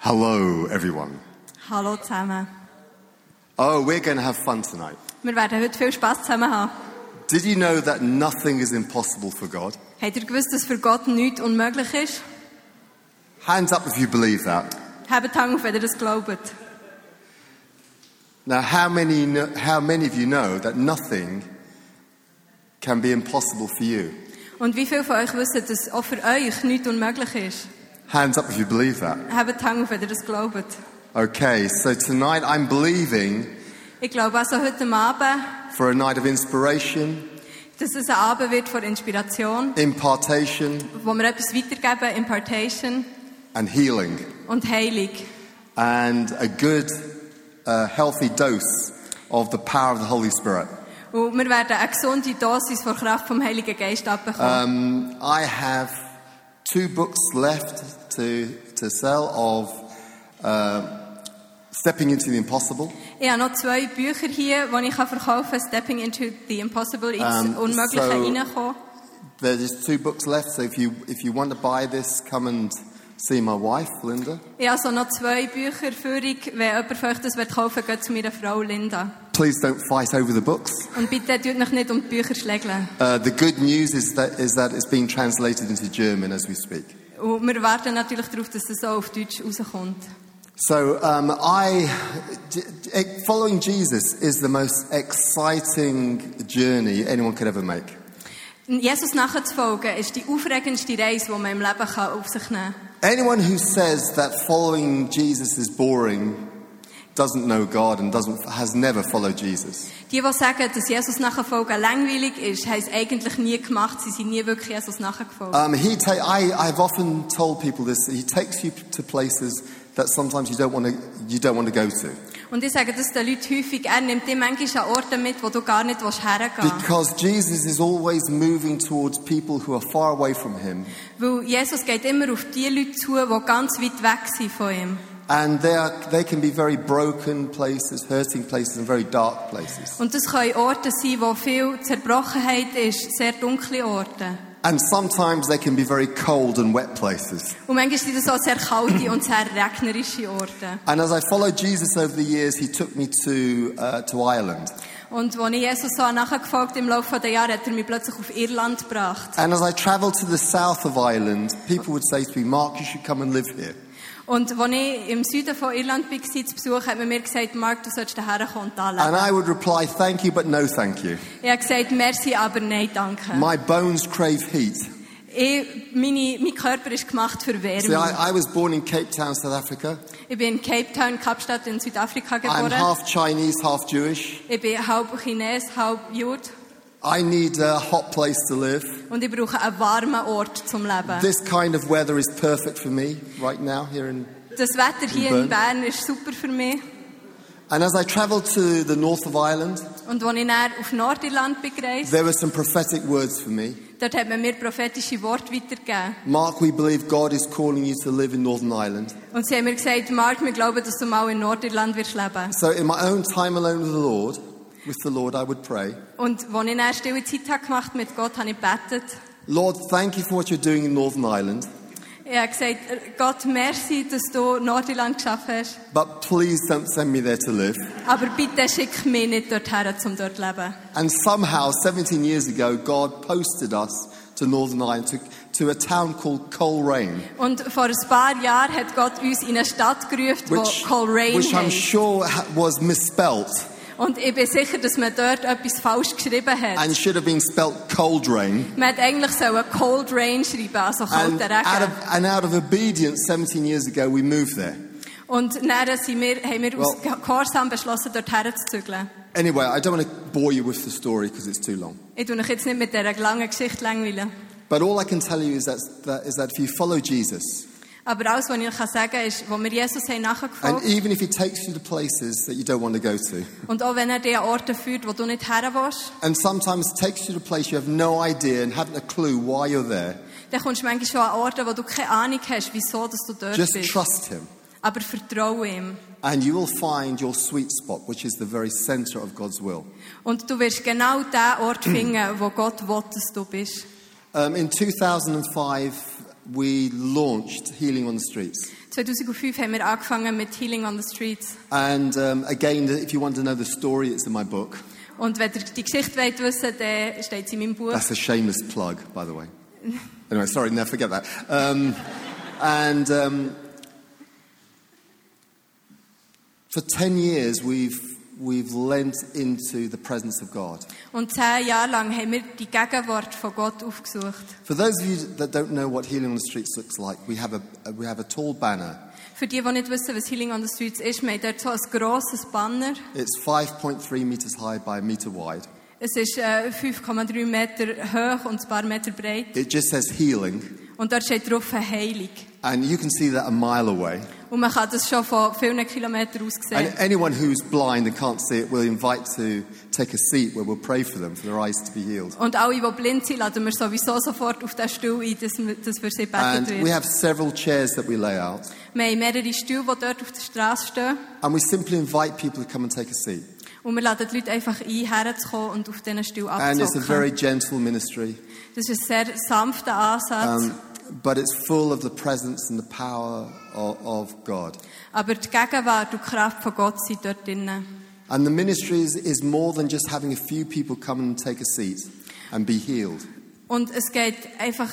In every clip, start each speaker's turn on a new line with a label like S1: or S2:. S1: Hello, everyone.
S2: Hallo zusammen.
S1: Oh, we're going to have fun tonight.
S2: Wir werden heute viel Spass zusammen haben.
S1: Did you know that nothing is impossible for God?
S2: Habt ihr gewusst, dass für Gott nichts unmöglich ist?
S1: Hands up if you believe that.
S2: Habt die Hand auf, wenn ihr das glaubt.
S1: Now, how many, kn- how many of you know that nothing can be impossible for you?
S2: Und wie viele von euch wissen, dass auch für euch nichts unmöglich ist?
S1: Hands up if you believe that.
S2: Habt die Hand auf, wenn ihr das glaubt.
S1: Okay, so tonight I'm believing
S2: Ich glaube also heute Abend,
S1: for a night of inspiration,
S2: dass es ein Abend wird von Inspiration,
S1: impartation,
S2: wo wir etwas weitergeben, Impartation
S1: and healing,
S2: und Heilig.
S1: and a good, uh, healthy dose of the power of the Holy Spirit.
S2: Und wir werden eine gesunde Dosis von Kraft vom Heiligen Geist
S1: Um,
S2: abbekommen.
S1: I have two books left to, to sell of uh, Stepping into the Impossible.
S2: Ich habe noch zwei Bücher hier, die ich verkaufen kann. Stepping into the Impossible, ins
S1: Ähm,
S2: Unmögliche
S1: so-
S2: reinkommen.
S1: There's just two books left, so if you, if you want to buy this, come and see my wife, Linda.
S2: Ich habe also noch zwei Bücher für euch. Wenn jemand von euch das will kaufen geht zu meiner Frau Linda.
S1: Please don't fight over the books.
S2: Und bitte tut euch nicht um die Bücher schlägeln.
S1: Uh, the good news is that, is that it's being translated into German as we speak.
S2: Und wir warten natürlich darauf, dass das auch auf Deutsch rauskommt.
S1: So, um, I, d- d- following Jesus is the most exciting journey anyone could ever make.
S2: Jesus nachzufolgen ist die aufregendste Reise, die man im Leben kann auf sich nehmen kann.
S1: Anyone who says that following Jesus is boring doesn't know God and doesn't, has never followed Jesus.
S2: Die, die sagen, dass Jesus nachfolgen langweilig ist, haben es eigentlich nie gemacht. Sie sind nie wirklich Jesus nachgefolgt.
S1: Um, he ta- I, I've often told people this. He takes you to places that sometimes you don't want to, you don't want to go to.
S2: Und ich sage das den Leuten häufig, er nimmt dich manchmal an Orte mit, wo du gar nicht hergehen willst.
S1: Because Jesus is always moving towards people who are far away from him.
S2: Weil Jesus geht immer auf die Leute zu, die ganz weit weg sind von ihm.
S1: And they, are, they can be very broken places, hurting places, and very dark places.
S2: Und das können Orte sein, wo viel Zerbrochenheit ist, sehr dunkle Orte.
S1: And sometimes they can be very cold and wet places.
S2: Und manchmal sind das auch sehr kalte und sehr regnerische Orte.
S1: And as I followed Jesus over the years, he took me to, uh, to Ireland.
S2: Und als ich Jesus so nachgefolgt im Laufe der Jahre, hat er mich plötzlich auf Irland gebracht.
S1: And as I traveled to the south of Ireland, people would say to me, Mark, you should come and live here.
S2: Und als ich im Süden von Irland war, zu Besuch, hat man mir gesagt, Mark, du sollst hierher kommen und da
S1: And
S2: leben.
S1: I would reply, thank you, but no thank you.
S2: Ich habe gesagt, merci, aber nein, danke.
S1: My bones crave heat.
S2: Ich, meine, mein Körper ist gemacht für
S1: See,
S2: Wärme.
S1: I, I was born in Cape Town, South Africa.
S2: Ich bin in Cape Town, Kapstadt in Südafrika
S1: I'm
S2: geboren.
S1: half Chinese, half Jewish.
S2: Ich bin halb Chines, halb Jude.
S1: I need a hot place to live.
S2: Und ich brauche einen warmen Ort zum Leben.
S1: This kind of weather is perfect for me right now here in.
S2: Das Wetter hier in Bern ist super für mich.
S1: And as I traveled to the north of Ireland,
S2: Und als ich dann auf Nordirland bin gereist,
S1: there were some prophetic words for me.
S2: dort hat man mir prophetische Worte weitergegeben.
S1: Mark, we believe God is calling you to live in Northern Ireland.
S2: Und sie haben mir gesagt, Mark, wir glauben, dass du mal in Nordirland wirst leben.
S1: So in my own time alone with the Lord, with the Lord, I would pray.
S2: Und als ich dann stille Zeit habe gemacht mit Gott, habe ich gebetet.
S1: Lord, thank you for what you're doing in Northern Ireland,
S2: Ich habe gesagt, Gott, merci, dass du Nordirland geschaffen hast.
S1: but please don't send me there to live.
S2: Aber bitte schick mich nicht dorthin, um dort zu leben.
S1: And somehow, 17 years ago, God posted us to Northern Ireland, to, to a town called Coleraine.
S2: Und vor ein paar Jahren hat Gott uns in eine Stadt gerufen,
S1: which,
S2: die Coleraine
S1: which I'm
S2: heißt.
S1: sure ha- was misspelt
S2: Und ich bin sicher, dass man dort etwas falsch geschrieben hat.
S1: and should have been spelt cold rain.
S2: Man hat eigentlich sollen Cold Rain schreiben, also
S1: And
S2: kalter
S1: out,
S2: Regen.
S1: of, and out of obedience, 17 years ago, we moved there.
S2: Und dann sind wir, haben wir aus
S1: Well-
S2: Gehorsam beschlossen, dort herzuzügeln.
S1: Anyway, I don't want to bore you with the story because it's too long.
S2: Ich tue euch jetzt nicht mit dieser langen Geschichte langweilen.
S1: But all I can tell you is that, that, is that if you follow Jesus,
S2: Aber alles, was ich euch sagen kann, ist, wo wir Jesus haben
S1: and
S2: nachgefolgt
S1: even if he takes you to places that you don't want to go to,
S2: und auch wenn er dich an Orte führt, wo du nicht her willst,
S1: and sometimes takes you to a place you have no idea and haven't a clue why you're there,
S2: dann kommst du manchmal schon an Orte, wo du keine Ahnung hast, wieso dass du dort
S1: just
S2: bist.
S1: trust him.
S2: Aber vertraue ihm.
S1: And you will find your sweet spot, which is the very center of God's will.
S2: Und du wirst genau den Ort finden, wo Gott will, dass du bist.
S1: Um, in 2005, we launched Healing on the Streets.
S2: 2005 haben wir angefangen mit Healing on the Streets.
S1: And um, again, if you want to know the story, it's in my book.
S2: Und wenn ihr die Geschichte wollt wissen dann steht sie in meinem Buch.
S1: That's a shameless plug, by the way. Anyway, sorry, no, forget that. Um, and um, for 10 years, we've, we've lent into the presence of God.
S2: Und zehn Jahre lang haben wir die Gegenwart von Gott aufgesucht.
S1: For those of you that don't know what Healing on the Streets looks like, we have a, we have a tall banner.
S2: Für die, die nicht wissen, was Healing on the Streets ist, wir haben dort so ein grosses Banner.
S1: It's 5.3 meters high by a meter wide.
S2: Es ist äh, 5,3 Meter hoch und ein paar Meter breit.
S1: It just says healing,
S2: Und dort steht drauf heilig.
S1: and you can see that a mile away.
S2: Und man kann das schon von vielen Kilometern aus sehen.
S1: And anyone who's blind and can't see it, we'll invite to take a seat where we'll pray for them, for their eyes to be healed.
S2: Und alle, die blind sind, laden wir sowieso sofort auf den Stuhl ein, dass wir, dass wir sie beten
S1: And we
S2: werden.
S1: have several chairs that we lay out,
S2: Wir haben mehrere Stühle, die dort auf der Straße stehen.
S1: and we simply invite people to come and take a seat.
S2: Und wir laden die Leute einfach ein, herzukommen und auf diesen Stuhl
S1: And it's a very
S2: abzocken.
S1: gentle ministry,
S2: Das ist ein sehr sanfter Ansatz.
S1: um, but it's full of the presence and the power of, of God.
S2: Aber die Gegenwart und die Kraft von Gott sind dort drinnen.
S1: And the ministry is, is more than just having a few people come and take a seat and be healed.
S2: Und es geht einfach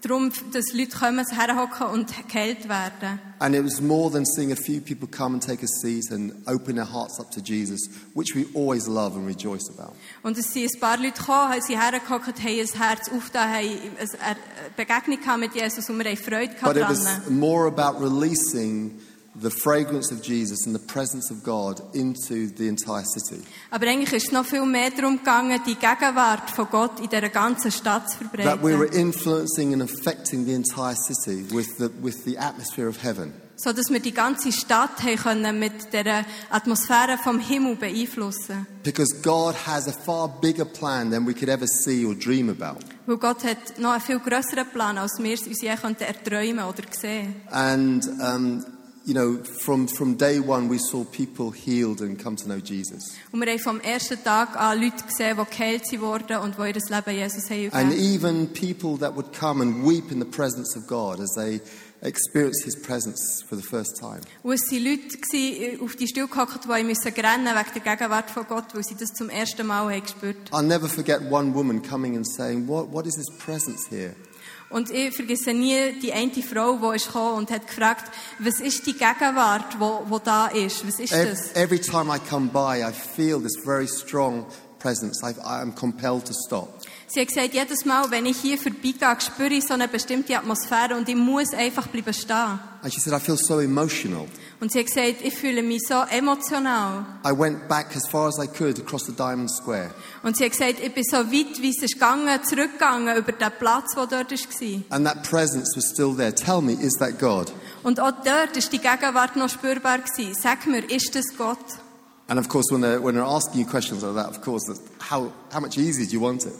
S2: darum, dass Leute kommen, herhocken und geheilt werden.
S1: And it was more than seeing a few people come and take a seat and open their hearts up to Jesus, which we always love and rejoice about.
S2: Und es sind ein paar Leute gekommen, haben sie hergehockt, haben ein Herz aufgetan, haben eine Begegnung gehabt mit Jesus und wir haben Freude
S1: But
S2: gehabt
S1: it was
S2: dran.
S1: more about releasing the fragrance of Jesus and the presence of God into the entire city.
S2: Aber eigentlich ist es noch viel mehr darum gegangen, die Gegenwart von Gott in dieser ganzen Stadt zu
S1: That we were
S2: verbreiten.
S1: influencing and affecting the entire city with the, with the atmosphere of heaven.
S2: So dass wir die ganze Stadt haben können mit dieser Atmosphäre vom Himmel beeinflussen.
S1: Because God has a far bigger plan than we could ever see or dream about.
S2: Weil Gott hat noch einen viel grösseren Plan, als wir es uns je könnten erträumen oder sehen.
S1: And, um, you know, from, from day one, we saw people healed and come to know Jesus.
S2: Und wir haben vom ersten Tag an Leute gesehen, die geheilt sind worden und die ihr Leben Jesus haben.
S1: And
S2: gegeben.
S1: even people that would come and weep in the presence of God as they experience His presence for the first time.
S2: Und es waren Leute, gewesen, äh, auf die Stühle gehockt, die mussten rennen wegen der Gegenwart von Gott, weil sie das zum ersten Mal haben gespürt
S1: I'll never forget one woman coming and saying, What, what is this presence here?
S2: Und ich vergesse nie die eine Frau, die ist gekommen und hat gefragt, was ist die Gegenwart, wo, wo da ist? Was ist
S1: Ev-
S2: das?
S1: Every time I come by, I feel this very strong presence. I, I am compelled to stop.
S2: Sie hat gesagt, jedes Mal, wenn ich hier vorbeigehe, spüre ich so eine bestimmte Atmosphäre und ich muss einfach bleiben stehen.
S1: And she said, I feel so emotional.
S2: Und sie hat gesagt, ich fühle mich so emotional.
S1: I went back as far as I could across the Diamond Square.
S2: Und sie hat gesagt, ich bin so weit, wie es ist gegangen, zurückgegangen über den Platz, der dort war.
S1: And that presence was still there. Tell me, is that God?
S2: Und auch dort war die Gegenwart noch spürbar. Gewesen. Sag mir, ist das Gott?
S1: And of course, when they're, when they're asking you questions like that, of course, that's how, how much easier do you want it?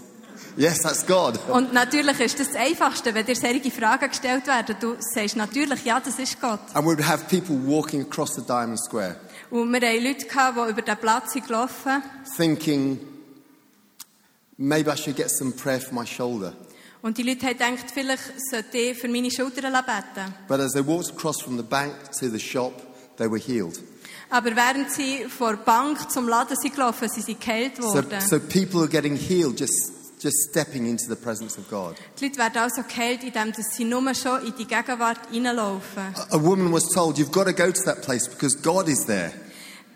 S1: Yes, that's God.
S2: Und natürlich ist das das Einfachste, wenn dir solche Fragen gestellt werden. Du sagst natürlich, ja, das ist Gott.
S1: And we'd have people walking across the Diamond Square
S2: Und wir hatten Leute, gehabt, die über den Platz sind gelaufen
S1: thinking, maybe I should get some prayer for my shoulder.
S2: Und die Leute haben gedacht, vielleicht sollte ich für meine Schultern beten.
S1: But as they walked across from the bank to the shop, they were healed.
S2: Aber während sie vor der Bank zum Laden sind gelaufen, sie sind geheilt
S1: So,
S2: worden.
S1: so people are getting healed just, just stepping into the presence of God.
S2: Die Leute werden also geheilt, indem dass sie nur schon in die Gegenwart hineinlaufen.
S1: A- A woman was told, You've got to go to that place because God is there.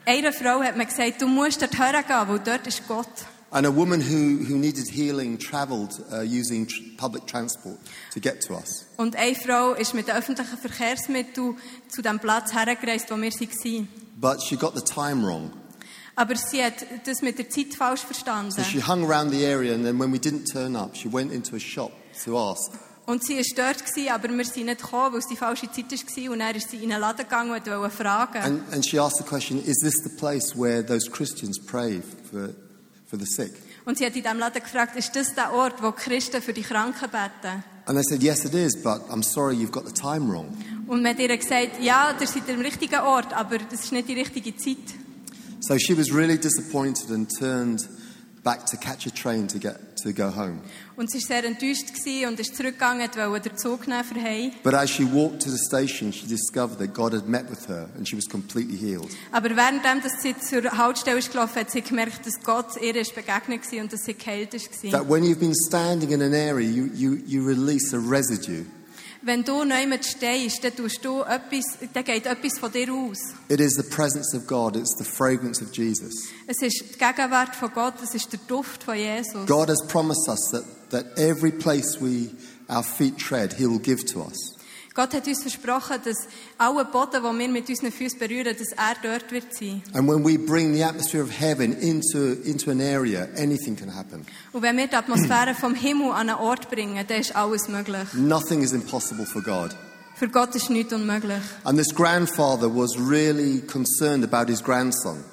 S2: Einer Frau hat mir gesagt, du musst dort hergehen, weil dort ist Gott.
S1: And a woman who, who needed healing traveled uh, using tr- public transport to get to us.
S2: Und eine Frau ist mit den öffentlichen Verkehrsmitteln zu dem Platz hergereist, wo wir waren.
S1: But she got the time wrong.
S2: Aber sie hat das mit der Zeit falsch
S1: So she
S2: verstanden.
S1: hung around the area, and then when we didn't turn up, she went into a shop to ask.
S2: Und sie war dort, gewesen, aber wir sind nicht gekommen, weil es die falsche Zeit war. Und dann ist sie in einen Laden gegangen und wollte fragen.
S1: And, and she asked the question, Is this the place where those Christians pray for, for the sick?
S2: und sie hat in diesem Laden gefragt, ist das der Ort, wo die Christen für die Kranken beten?
S1: And they said, Yes, it is, but I'm sorry, you've got the time wrong.
S2: Und man hat ihr gesagt, ja, ihr seid am richtigen Ort, aber das ist nicht die richtige Zeit.
S1: So she was really disappointed and turned back to catch a train to get to go home.
S2: Und sie war sehr enttäuscht gewesen und ist zurückgegangen, wollte den Zug nehmen für heim.
S1: But as she walked to the station, she discovered that God had met with her and she was completely healed.
S2: Aber währenddem, dass sie zur Haltestelle ist gelaufen, hat sie gemerkt, dass Gott ihr ist begegnet war und dass sie geheilt war.
S1: That when you've been standing in an area, you, you, you release a residue.
S2: Wenn du neu stehst, dann, tust du etwas, dann geht etwas von dir aus.
S1: It is the presence of God, it's the fragrance of Jesus.
S2: Es ist die Gegenwart von Gott, es ist der Duft von Jesus.
S1: God has promised us that, that every place we our feet tread, He will give to us.
S2: Gott hat uns versprochen, dass alle Boden, die wir mit unseren Füßen berühren, dass er dort wird sein.
S1: And when we bring the atmosphere of heaven into, into an area, anything can happen.
S2: Und wenn wir die Atmosphäre vom Himmel an einen Ort bringen, dann ist alles möglich.
S1: Nothing is impossible for God.
S2: Für Gott ist nichts unmöglich.
S1: And this grandfather was really concerned about his grandson.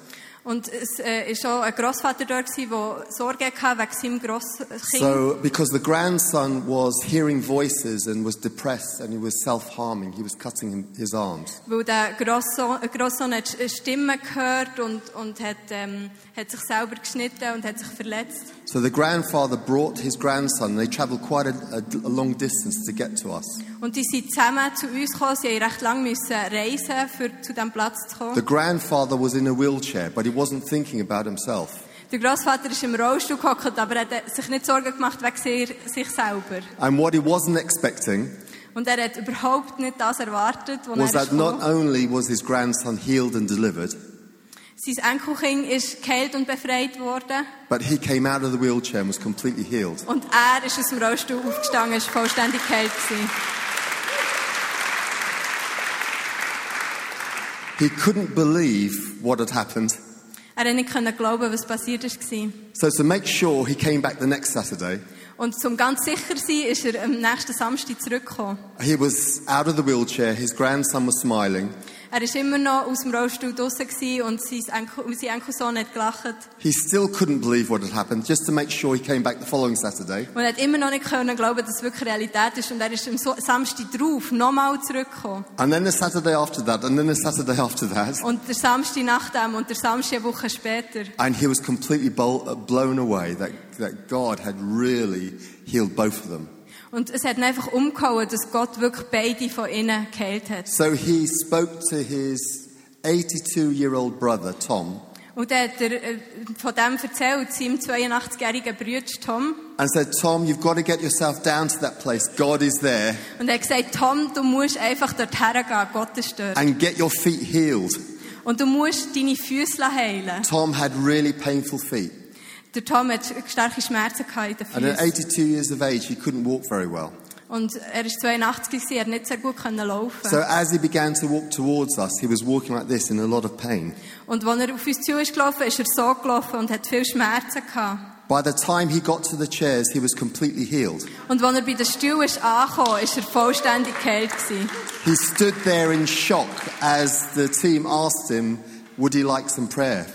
S2: Und es äh, ist auch ein Großvater dort, gewesen, der Sorge hatte wegen seinem Grosskind.
S1: So, because the grandson was hearing voices and was depressed and he was self harming, he was cutting him, his arms.
S2: Weil der Grosssohn, äh, Grosssohn hat Stimmen gehört und, und hat, ähm, hat sich selber geschnitten und hat sich verletzt.
S1: So, the grandfather brought his grandson, and they traveled quite a, a- a long distance to get to us.
S2: Und die sind zusammen zu uns gekommen. Sie mussten recht lange müssen reisen, um zu diesem Platz zu
S1: The
S2: kommen.
S1: grandfather was in a wheelchair, but he wasn't thinking about himself.
S2: Der Großvater ist im Rollstuhl gehockt, aber er hat äh, sich nicht Sorgen gemacht wegen sich- sich selber.
S1: And what he wasn't expecting
S2: Und er hat überhaupt nicht das erwartet, was
S1: was
S2: er
S1: that not
S2: ist
S1: only was his grandson healed and delivered,
S2: Sein Enkelkind ist geheilt und befreit worden.
S1: but he came out of the wheelchair and was completely healed.
S2: Und er ist aus dem Rollstuhl aufgestanden, ist vollständig geheilt gewesen.
S1: He couldn't believe what had happened.
S2: Er hat nicht können glauben, was passiert ist. gewesen.
S1: So to make sure he came back the next Saturday,
S2: Und zum ganz sicher zu sein, ist er am nächsten Samstag zurückgekommen.
S1: he was out of the wheelchair, his grandson was smiling.
S2: Er war immer noch aus dem Rollstuhl draussen gewesen und sein, Enkel, und sein Enkelsohn hat gelacht.
S1: He still couldn't believe what had happened, just to make sure he came back the following Saturday.
S2: Und er hat immer noch nicht können glauben, dass es wirklich Realität ist. Und er ist am So- Samstag drauf nochmal zurückgekommen.
S1: And then the Saturday after that, and then the Saturday after that.
S2: Und der Samstag nach dem und der Samstag eine Woche später.
S1: And he was completely bol- uh, blown away that, that God had really healed both of them.
S2: Und es hat ihn einfach umgehauen, dass Gott wirklich beide von ihnen geheilt hat.
S1: So he spoke to his 82 year old brother, Tom,
S2: Und dann hat er äh, von dem erzählt, seinem 82-jährigen Bruder Tom.
S1: and said, Tom, you've got to get yourself down to that place. God is there.
S2: Und er hat gesagt, Tom, du musst einfach dorthin gehen, Gott ist dort.
S1: And get your feet healed.
S2: Und du musst deine Füße heilen.
S1: Tom had really painful feet.
S2: Der Tom hat starke Schmerzen gehabt in den
S1: And at
S2: Füßen.
S1: 82 years of age, he couldn't walk very well.
S2: Und er war 82, gewesen, er hat nicht sehr gut können laufen.
S1: So as he began to walk towards us, he was walking like this in a lot of pain.
S2: Und als er auf uns zu ist gelaufen, ist er so gelaufen und hat viel Schmerzen gehabt.
S1: By the time he got to the chairs, he was completely healed.
S2: Und als er bei den Stühlen ist angekommen, ist er vollständig geheilt gewesen.
S1: He stood there in shock as the team asked him, Would he like some prayer?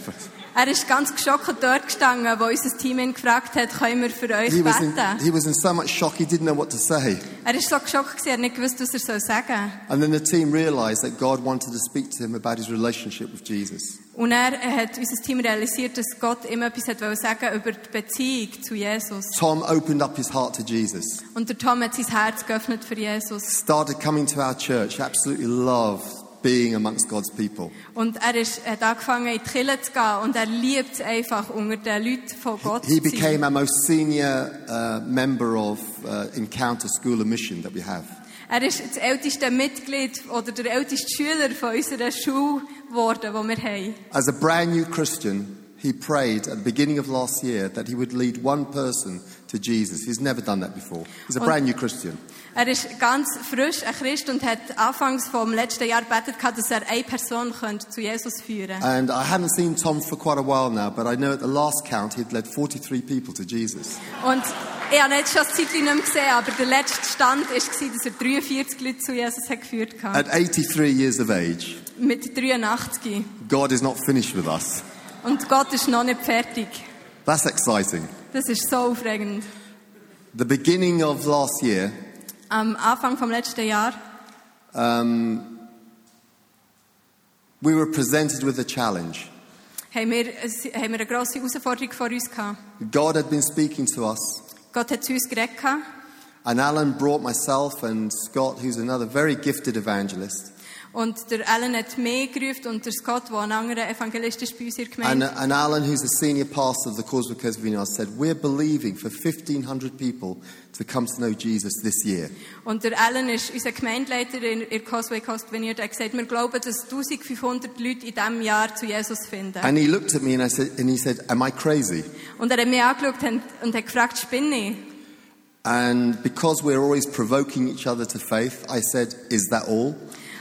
S2: Er ist ganz geschockt dort gestanden, wo unser Team ihn gefragt hat, können wir für euch
S1: He was, in,
S2: beten?
S1: he was in so much shock he didn't know what to say.
S2: Er ist so geschockt gewesen, er hat nicht gewusst, was er soll sagen.
S1: And then the team realized that God wanted to speak to him about his relationship with Jesus.
S2: Und er hat unser Team realisiert, dass Gott ihm etwas hat wollen sagen über die Beziehung zu Jesus.
S1: Tom opened up his heart to Jesus,
S2: Und der Tom hat sein Herz geöffnet für Jesus.
S1: started coming to our church, absolutely loved being amongst God's people.
S2: Und er ist, hat angefangen, in die Kirche zu gehen. Und er liebt es einfach, unter den Leuten von Gott
S1: He
S2: zu sein.
S1: became our most senior uh, member of uh, Encounter School of Mission that we have.
S2: Er ist das älteste Mitglied oder der älteste Schüler von unserer Schule geworden, die wir haben.
S1: As a brand new Christian, he prayed at the beginning of last year that he would lead one person to Jesus. He's never done that before. He's a
S2: Und-
S1: brand new Christian.
S2: Er ist ganz frisch ein Christ und hat anfangs vom letzten Jahr gebetet, gehabt, dass er eine Person könnte zu Jesus führen
S1: And I haven't seen Tom for quite a while now, but I know at the last count he'd led 43 people to Jesus.
S2: Und ich habe ihn jetzt schon eine Zeit lang nicht mehr gesehen, aber der letzte Stand war, dass er 43 Leute zu Jesus hat geführt hat.
S1: At 83 years of age,
S2: Mit 83.
S1: God is not finished with us.
S2: Und Gott ist noch nicht fertig.
S1: That's exciting.
S2: Das ist so aufregend.
S1: The beginning of last year,
S2: Am Anfang vom letzten Jahr
S1: we were presented with a challenge.
S2: haben wir, es- haben wir eine grosse Herausforderung vor uns gehabt.
S1: God had been speaking to us,
S2: Gott hat zu uns geredet. gehabt.
S1: and Alan brought myself and Scott, who's another very gifted evangelist,
S2: Und der Alan hat mich gerufen und der Scott, der ein anderer Evangelist ist bei uns in der
S1: and,
S2: Gemeinde.
S1: and Alan, who's a senior pastor of the Causeway Coast Vineyard, said, We're believing for 1,500 people to come to know Jesus this year.
S2: Und der Alan ist unser Gemeindeleiter in in Causeway Coast Vineyard. Er hat gesagt, wir glauben, dass 1500 Leute in diesem Jahr zu Jesus finden.
S1: And he looked at me and, I said, and he said, Am I crazy?
S2: Und er hat mich angeschaut und- und hat gefragt, spinne ich?
S1: And because we're always provoking each other to faith, I said, Is that all?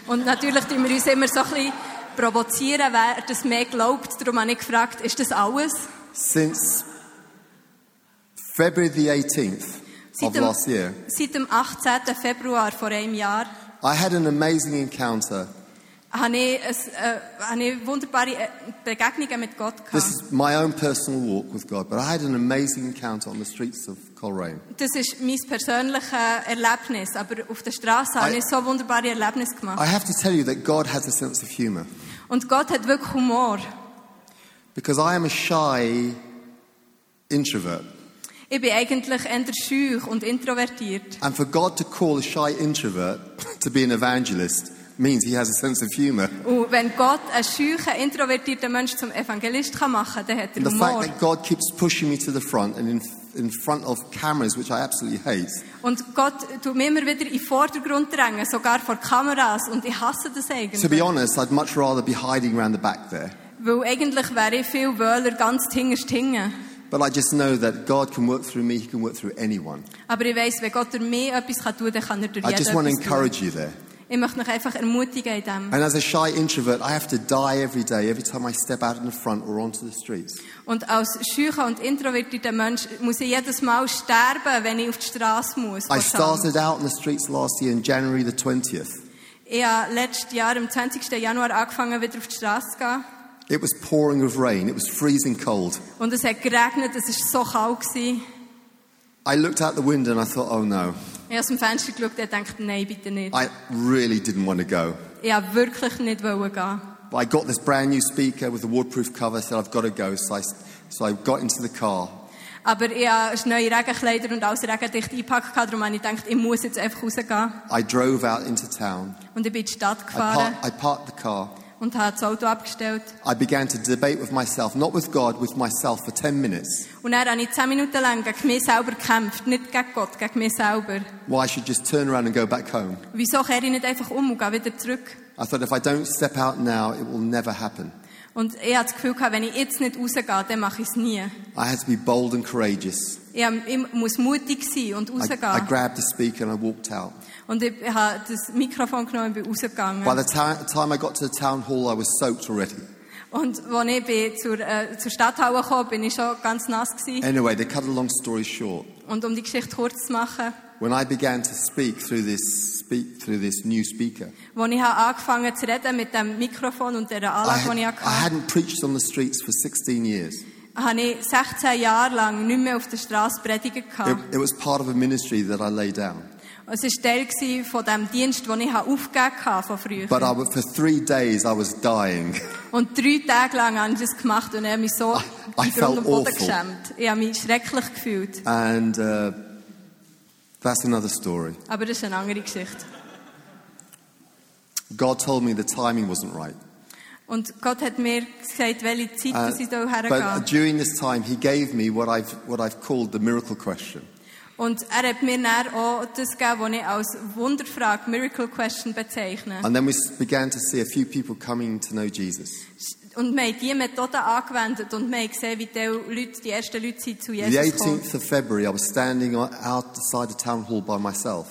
S2: Und natürlich tun wir uns immer so ein bisschen provozieren, wer das mehr glaubt. Darum habe ich gefragt, ist das alles?
S1: Since February the 18th of last year,
S2: seit dem 18. Februar vor einem Jahr
S1: I had an amazing encounter.
S2: habe ich, ein, äh, habe ich wunderbare äh, Begegnungen mit Gott gehabt.
S1: This is my own personal walk with God, but I had an amazing encounter on the streets of Coleraine.
S2: Das ist mein persönliches Erlebnis, aber auf der Straße habe
S1: I-
S2: ich so wunderbare Erlebnisse gemacht.
S1: I have to tell you that God has a sense of humor
S2: Und Gott hat wirklich Humor.
S1: because I am a shy introvert.
S2: Ich bin eigentlich eher schüch und introvertiert.
S1: And for God to call a shy introvert to be an evangelist means he has a sense of humor.
S2: Und wenn Gott einen schüchen, introvertierten Menschen zum Evangelist kann machen kann, dann hat er
S1: And the fact
S2: Humor.
S1: that God keeps pushing me to the front and in, in front of cameras, which I absolutely hate,
S2: Und Gott tut mich immer wieder in den Vordergrund drängen, sogar vor Kameras. Und ich hasse das
S1: to be
S2: eigentlich.
S1: honest, I'd much rather be hiding around the back there.
S2: Weil eigentlich wäre ich viel wöhler ganz hinterst hingen.
S1: But I just know that God can work through me, He can work through anyone.
S2: Aber ich weiss, wenn Gott durch mich etwas kann tun kann, dann kann er durch
S1: I
S2: jeden
S1: just want to
S2: etwas tun.
S1: encourage you there.
S2: Ich möchte euch einfach ermutigen in dem.
S1: And as a shy introvert, I have to die every day, every time I step out in the front or onto the streets.
S2: Und als schücher und introvertierter Mensch muss ich jedes Mal sterben, wenn ich auf die Straße muss. vor
S1: I
S2: Scham.
S1: started out in the streets last year in January the 20th.
S2: Ich habe letztes Jahr, am 20. Januar, angefangen, wieder auf die Straße zu gehen.
S1: It was pouring of rain, it was freezing cold.
S2: Und es hat geregnet, es war so kalt. Gewesen.
S1: I looked out the window and I thought, oh no,
S2: Ich habe aus dem Fenster geschaut und dachte, nein, bitte nicht.
S1: I really didn't want to go.
S2: Ich wollte wirklich nicht gehen.
S1: But I got this brand new speaker with a waterproof cover. I said, I've got to go. So I, so I got into the car.
S2: Aber ich habe neue Regenkleider und alles regendicht eingepackt, darum habe ich gedacht, ich muss jetzt einfach rausgehen.
S1: I drove out into town.
S2: Und ich bin in die Stadt
S1: I, par-
S2: gefahren
S1: I parked the car.
S2: und habe das Auto abgestellt.
S1: I began to debate with myself, not with God, with myself for 10 minutes,
S2: Und dann habe ich zehn Minuten lang gegen mich selber gekämpft. Nicht gegen Gott, gegen mich selber.
S1: why I should just turn around and go back home.
S2: Wieso kehre ich nicht einfach um und gehe wieder zurück?
S1: I thought, if I don't step out now, it will never happen.
S2: Und ich hatte das Gefühl, gehabt, wenn ich jetzt nicht rausgehe, dann mache ich es nie.
S1: I had to be bold and courageous.
S2: Ich, hab- ich muss mutig sein und
S1: I, I
S2: rausgehen.
S1: grabbed the speaker and I walked out.
S2: Und ich habe das Mikrofon genommen und bin rausgegangen.
S1: By the ti- time I got to the town hall, I was soaked already.
S2: Und als ich bin zur, äh, zur Stadthalle kam, bin ich schon ganz nass. Gewesen.
S1: Anyway, to cut a long story short,
S2: Und um die Geschichte kurz zu machen,
S1: when I began to speak through this, speak, through this new speaker,
S2: als ich habe angefangen zu reden mit dem Mikrofon und dieser
S1: I,
S2: Anlage,
S1: had,
S2: die
S1: I
S2: ich hatte,
S1: hadn't preached on the streets for 16 years.
S2: habe ich 16 Jahre lang nicht mehr auf der Straße predigen
S1: It,
S2: gehabt.
S1: it was part of a ministry that I lay down.
S2: Es war Teil gewesen von dem Dienst, den ich habe aufgegeben habe von früher.
S1: But I, was- for three days, I was dying.
S2: Und drei Tage lang habe ich das gemacht und er mich so
S1: Ah, I- I
S2: im Grund und
S1: felt
S2: Boden
S1: awful.
S2: geschämt. Ich habe mich schrecklich gefühlt.
S1: And uh, that's another story.
S2: Aber das ist eine andere Geschichte.
S1: God told me the timing wasn't right.
S2: Und Gott hat mir gesagt, welche Zeit
S1: Uh,
S2: dass ich da
S1: but
S2: hergehe.
S1: during this time, He gave me what I've, what I've called the miracle question.
S2: Und er hat mir dann auch das gegeben, was ich als Wunderfrage, Miracle Question bezeichne.
S1: And then we s- began to see a few people coming to know Jesus.
S2: Und wir haben diese Methode angewendet und wir haben gesehen, wie die, Leute, die ersten Leute sind zu
S1: the
S2: Jesus gekommen.
S1: 18th of February, I was standing o- outside the town hall by myself.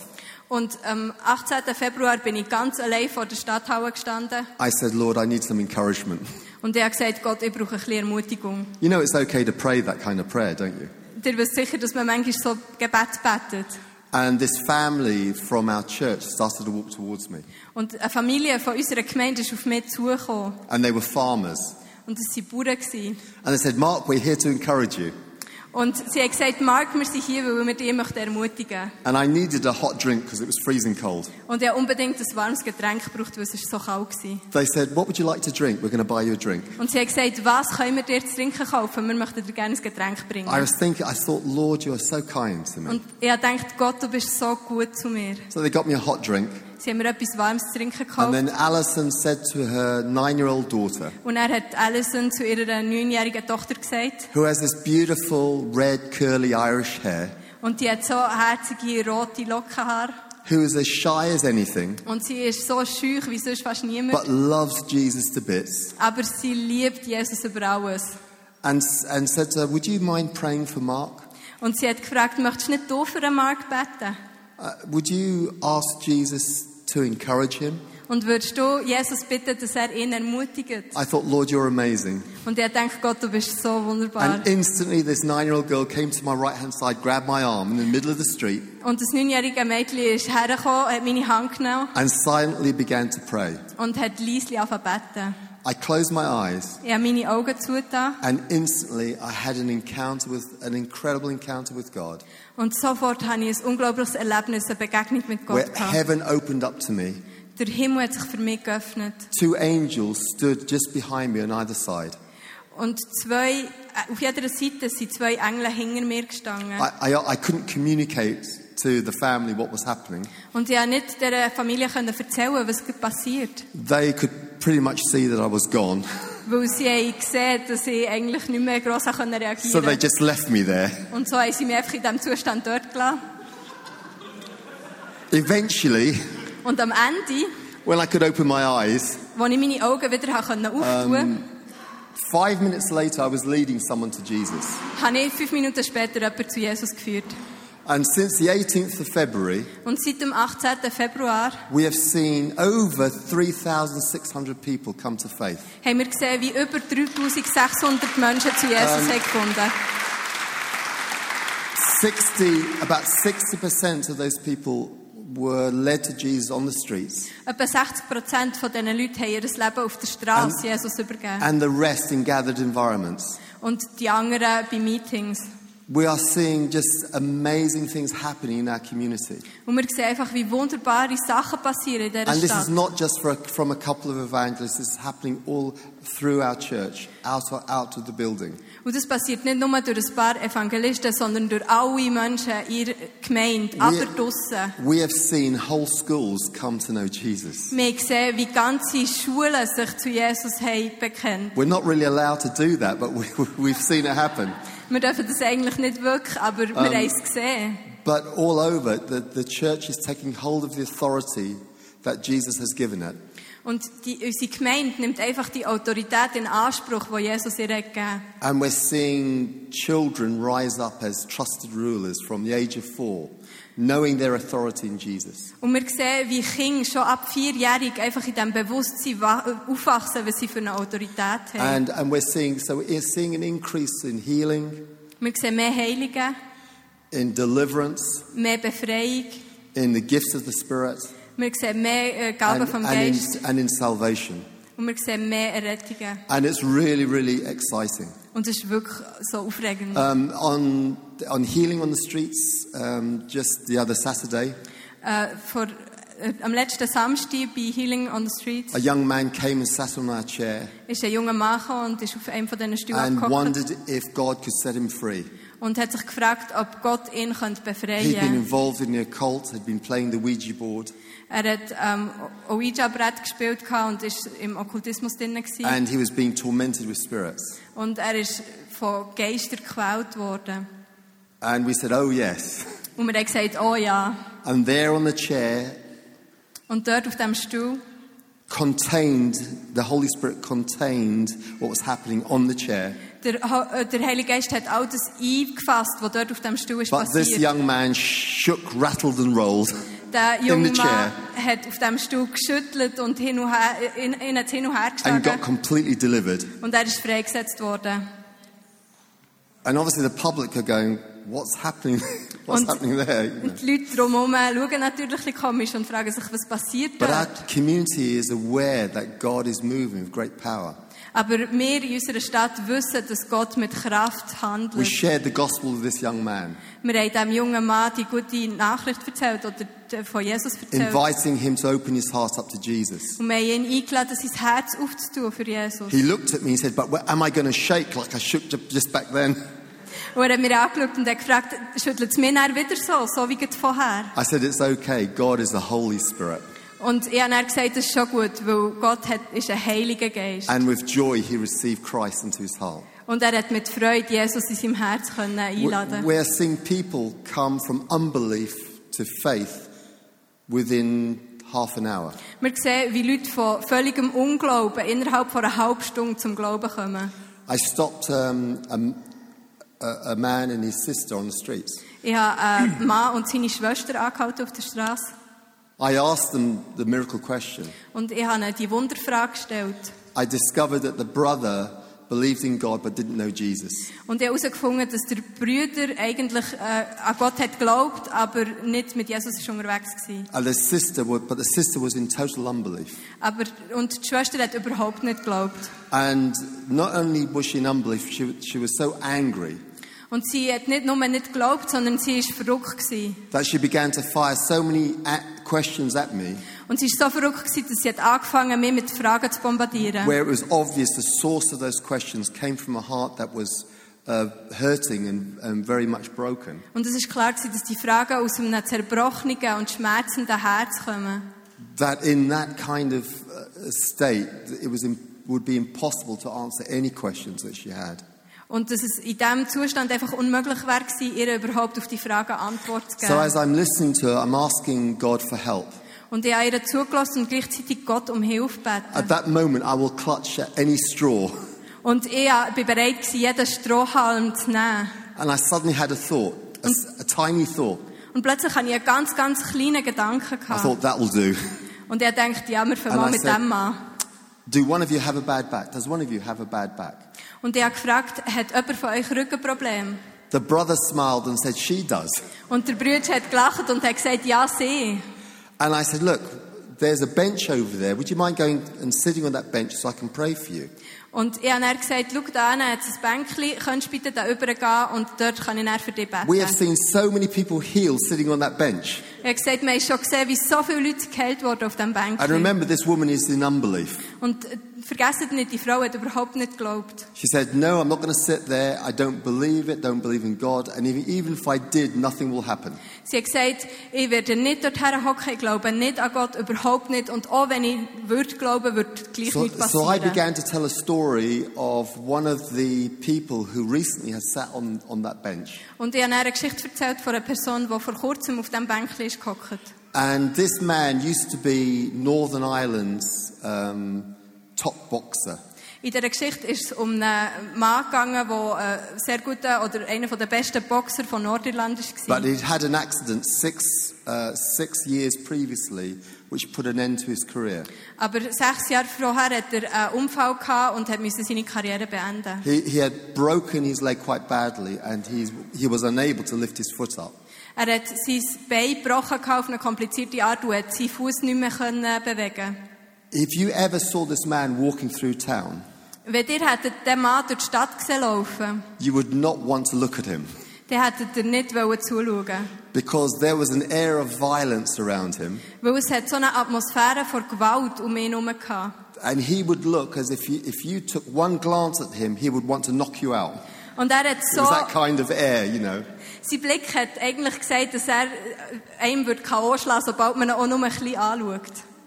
S2: Und am 18. Februar bin ich ganz allein vor der Stadthalle gestanden
S1: I said, Lord, I need some encouragement.
S2: und ich habe gesagt, Gott, ich brauche ein bisschen Ermutigung.
S1: You know, it's okay to pray that kind of prayer, don't you?
S2: Ihr wisst sicher, dass man manchmal so Gebet betet.
S1: And this family from our church started to walk towards me.
S2: Und eine Familie von unserer Gemeinde ist auf mich zugekommen.
S1: And they were farmers.
S2: Und das waren Bauern. gewesen.
S1: And they said, Mark, we're here to encourage you.
S2: Und sie hat gesagt, Mark, wir sind hier, weil wir dich möchten ermutigen
S1: And I needed a hot drink because it was freezing cold.
S2: Und ich habe unbedingt ein warmes Getränk gebraucht, weil es ist so kalt war.
S1: They said, What would you like to drink? We're going to buy you a drink.
S2: Und sie hat gesagt, was können wir dir zu trinken kaufen? Wir möchten dir gerne ein Getränk bringen.
S1: I was thinking, I thought, Lord, you are so kind to me.
S2: Und ich habe gedacht, Gott, du bist so gut zu mir.
S1: So they got me a hot drink.
S2: Sie haben mir etwas Warmes zu trinken gekauft.
S1: And then Alison said to her nine year old daughter,
S2: und er hat Alison zu ihrer neunjährigen Tochter gesagt.
S1: who has this beautiful red curly Irish hair,
S2: Und die hat so herzige rote Lockenhaare.
S1: who is as shy as anything,
S2: Und sie ist so schüch wie sonst fast niemand.
S1: but loves Jesus to bits,
S2: Aber sie liebt Jesus über alles.
S1: and, and said to her, Would you mind praying for Mark?
S2: Und sie hat gefragt, möchtest du nicht du für den Markt beten?
S1: Uh, would you ask Jesus to encourage him?
S2: Und würdest du Jesus bitten, dass er ihn ermutigt?
S1: I thought, Lord, you're amazing.
S2: Und ich denke, Gott, du bist so wunderbar.
S1: And instantly, this nine year old girl came to my right hand side, grabbed my arm in the middle of the street,
S2: Und das neunjährige Mädchen ist hergekommen, hat meine Hand genommen
S1: and silently began to pray.
S2: und hat leise angefangen zu beten.
S1: I closed my eyes,
S2: Ich habe meine Augen zugetan
S1: and instantly, I had an encounter with an incredible encounter with God,
S2: und sofort habe ich ein unglaubliches Erlebnis, eine Begegnung mit
S1: where
S2: Gott gehabt.
S1: heaven opened up to me.
S2: Der Himmel hat sich für mich geöffnet.
S1: Two angels stood just behind me on either side.
S2: Und zwei, äh, auf jeder Seite sind zwei Engel hinter mir gestanden.
S1: I, I, I couldn't communicate to the family what was happening.
S2: Und ich konnte nicht dieser Familie können erzählen, was gerade passiert.
S1: They could pretty much see that I was gone,
S2: Weil sie haben gesehen, dass ich eigentlich nicht mehr gross habe können
S1: so
S2: reagieren
S1: they
S2: konnte.
S1: just left me there.
S2: Und so haben sie mich einfach in diesem Zustand dort gelassen.
S1: Eventually,
S2: Und am Ende,
S1: when I could open my eyes,
S2: als ich meine Augen wieder habe können öffnen konnte,
S1: Ähm. five minutes later, I was leading someone to Jesus.
S2: habe ich fünf Minuten später jemanden zu Jesus geführt.
S1: And since the 18th of February,
S2: Und seit dem 18. Februar
S1: we have seen over 3,600 people come to faith.
S2: haben wir gesehen, wie über 3600 Menschen zu Jesus
S1: Ähm.
S2: haben gefunden
S1: 60, about 60% of those people were led to Jesus on the streets.
S2: Etwa 60 Prozent von diesen Leuten haben ihr Leben auf der Straße
S1: Ähm.
S2: Jesus übergeben.
S1: and the rest in gathered environments.
S2: Und die anderen bei Meetings.
S1: We are seeing just amazing things happening in our community.
S2: Und wir sehen einfach, wie wunderbare Sachen passieren in dieser
S1: And this is
S2: Stadt.
S1: not just for a, from a couple of evangelists, this is happening all through our church, out, out of the building.
S2: Und das passiert nicht nur durch ein paar Evangelisten, sondern durch alle Menschen in der Gemeinde, aber draussen.
S1: we have seen whole schools come to know Jesus.
S2: Wir haben gesehen, wie ganze Schulen sich zu Jesus haben bekennt.
S1: We're not really allowed to do that, but we, we've seen it happen.
S2: Wir dürfen das eigentlich nicht wirklich, aber wir haben es gesehen.
S1: But all over, the, the church is taking hold of the authority that Jesus has given it.
S2: Und die, unsere Gemeinde nimmt einfach die Autorität in Anspruch, die Jesus ihr hat gegeben
S1: And we're seeing children rise up as trusted rulers from the age of four, knowing their authority in Jesus.
S2: Und wir sehen, wie Kinder schon ab vierjährig einfach in diesem Bewusstsein wa- äh, aufwachsen, was sie für eine Autorität haben.
S1: And, and we're seeing, so we're seeing an increase in healing,
S2: Wir sehen mehr Heilige,
S1: in deliverance,
S2: mehr Befreiung.
S1: in the gifts of the Spirit,
S2: Wir sehen mehr äh, Gaben
S1: and,
S2: vom
S1: and,
S2: Geist.
S1: in, and in salvation.
S2: Und wir sehen mehr Errettungen.
S1: And it's really, really exciting.
S2: Und das ist wirklich so aufregend.
S1: Um, on, on healing on the streets, um, just the other Saturday,
S2: Äh, vor, äh, am letzten Samstag bei Healing on the Streets
S1: a young man came and sat on our chair
S2: ist ein junger Mann gekommen und ist auf einem von diesen Stühlen
S1: Äh. and
S2: abgekommen
S1: wondered if God could set him free.
S2: und hat sich gefragt, ob Gott ihn könnte
S1: He'd been
S2: befreien
S1: involved in the occult, had been playing the Ouija board,
S2: Er hat ähm, Ouija-Brett gespielt gehabt und ist im Okkultismus drin. gewesen.
S1: and he was being tormented with spirits.
S2: Und er ist von Geistern gequält worden.
S1: And we said, Oh, yes.
S2: Und wir haben gesagt, oh ja.
S1: And there on the chair,
S2: Und dort auf dem Stuhl
S1: contained, the Holy Spirit contained what was happening on the chair.
S2: Der, Ho- äh, der Heilige Geist hat all das eingefasst, was dort auf dem Stuhl ist
S1: But this
S2: passiert.
S1: young man shook, rattled, and rolled.
S2: Der junge
S1: in the chair.
S2: Mann hat auf dem Stuhl geschüttelt und hin und her, in, in, hat's hin und her
S1: And got
S2: geschlagen.
S1: completely delivered.
S2: Und er ist freigesetzt worden.
S1: And obviously, the public are going, what's happening? what's
S2: Und-
S1: happening there? you know.
S2: Und die Leute drumherum schauen natürlich ein bisschen komisch und fragen sich, was passiert
S1: But
S2: da?
S1: our community is aware that God is moving with great power.
S2: Aber wir in unserer Stadt wissen, dass Gott mit Kraft
S1: We
S2: handelt.
S1: shared the gospel with this young man,
S2: Wir haben diesem jungen Mann die gute Nachricht erzählt oder die- von Jesus erzählt.
S1: inviting him to open his heart up to Jesus.
S2: Und wir haben ihn eingeladen, sein Herz aufzutun für Jesus.
S1: He looked at me and said, But where am I going to shake like I shook ju- just back then?
S2: Und er hat mir angeschaut und hat gefragt, schüttelt es mich dann wieder so, so wie gerade vorher?
S1: I said, It's okay. God is the Holy Spirit.
S2: Und ich habe dann gesagt, das ist schon gut, weil Gott hat, ist ein heiliger Geist.
S1: And with joy, he received Christ into his heart.
S2: Und er hat mit Freude Jesus in seinem Herz können
S1: We-
S2: einladen
S1: We're seeing people come from unbelief to faith within half an hour.
S2: Wir sehen, wie Leute von völligem Unglauben innerhalb von einer halben Stunde zum Glauben kommen.
S1: I stopped um, a m- a, a man and his sister on the streets.
S2: Ich habe einen Mann und seine Schwester angehalten auf der Straße
S1: I asked them the miracle question.
S2: und ich habe ihnen die Wunderfrage gestellt.
S1: I discovered that the brother believed in God but didn't know Jesus.
S2: Und ich habe herausgefunden, dass der Brüder eigentlich äh, an Gott hat geglaubt, aber nicht mit Jesus ist unterwegs war.
S1: And the sister, was, but the sister was in total unbelief.
S2: Aber, und die Schwester hat überhaupt nicht geglaubt.
S1: And not only was she in unbelief, she, w- she was so angry
S2: Und sie hat nicht nur nicht geglaubt, sondern sie war verrückt. Gewesen.
S1: that she began to fire so many a- questions at me
S2: Und sie war so verrückt, gewesen, dass sie hat angefangen mich mit Fragen zu bombardieren.
S1: where it was obvious the source of those questions came from a heart that was uh, hurting and, and very much broken.
S2: Und es ist klar, gewesen, dass die Fragen aus einem zerbrochenen und schmerzenden Herz kommen.
S1: That in that kind of uh, state, it was im would be impossible to answer any questions that she had.
S2: Und dass es in diesem Zustand einfach unmöglich wäre, gewesen, ihr überhaupt auf die Fragen Antwort zu
S1: So
S2: geben.
S1: as I'm listening to her, I'm asking God for help.
S2: und ich habe ihr zugelassen und gleichzeitig Gott um Hilfe gebeten.
S1: At that moment, I will clutch at any straw.
S2: Und ich war bereit, gewesen, jeden Strohhalm zu nehmen.
S1: And I suddenly had a thought, a, s- a tiny thought.
S2: Und plötzlich hatte ich einen ganz, ganz kleinen Gedanken.
S1: I
S2: Gehabt.
S1: thought, that will do.
S2: Und er denkt, ja, wir fangen mal
S1: And I
S2: mit
S1: said-
S2: dem an.
S1: Do one of you have a bad back? Does one of you have a bad back?
S2: Und er hat gefragt, hat jemand von euch Rückenprobleme?
S1: The brother smiled and said, She does.
S2: Und der Bruder hat gelacht und hat gesagt, ja, sie.
S1: And I said, Look, there's a bench over there. Would you mind going and sitting on that bench so I can pray for you?
S2: Und ich habe dann gesagt, schau da hinten, hat es ein Bänkchen, könntest du bitte da übergehen und dort kann ich dann für dich beten.
S1: We have seen so many people healed sitting on that bench.
S2: Er hat gesagt, wir haben schon gesehen, wie so viele Leute geheilt wurden auf diesem
S1: And
S2: Bänkchen.
S1: remember, this woman is in unbelief.
S2: Und äh, vergessen nicht, die Frau hat überhaupt nicht geglaubt.
S1: She said, No, I'm not going to sit there. I don't believe it, don't believe in God. And even, even if I did, nothing will happen.
S2: Sie hat gesagt, ich werde nicht dort hocken, ich glaube nicht an Gott, überhaupt nicht. Und auch wenn ich würde glauben, würde gleich
S1: So,
S2: nichts
S1: so I
S2: passieren.
S1: began to tell a story of one of the people who recently has sat on, on that bench.
S2: Und ich habe dann eine Geschichte erzählt von einer Person, die vor kurzem auf diesem Bänkchen ist gehockt.
S1: And this man used to be Northern Ireland's um, top boxer.
S2: In dieser Geschichte ist es um einen Mann gegangen, der ein sehr guter oder einer der besten Boxer von Nordirland war.
S1: But he'd had an accident six, uh, six years previously, which put an end to his career.
S2: Aber sechs Jahre vorher hat er einen Unfall gehabt und hat müssen seine Karriere beenden.
S1: He, he had broken his leg quite badly and he's, he was unable to lift his foot up.
S2: Er hat sein Bein gebrochen gehabt auf eine komplizierte Art und hat seinen Fuß nicht mehr können bewegen.
S1: If you ever saw this man walking through town,
S2: Wenn ihr hättet den Mann durch die Stadt gesehen laufen,
S1: you would not want to look at him
S2: dann hättet ihr nicht wollen zuschauen.
S1: because there was an air of violence around him.
S2: Weil es hat so eine Atmosphäre von Gewalt um ihn herum gehabt.
S1: And he would look as if you, if you took one glance at him, he would want to knock you out.
S2: Und er hat
S1: It
S2: so,
S1: was that kind of air, you know.
S2: sein Blick hat eigentlich gesagt, dass er äh, einem wird K.O. schlagen, sobald man ihn auch nur ein bisschen anschaut.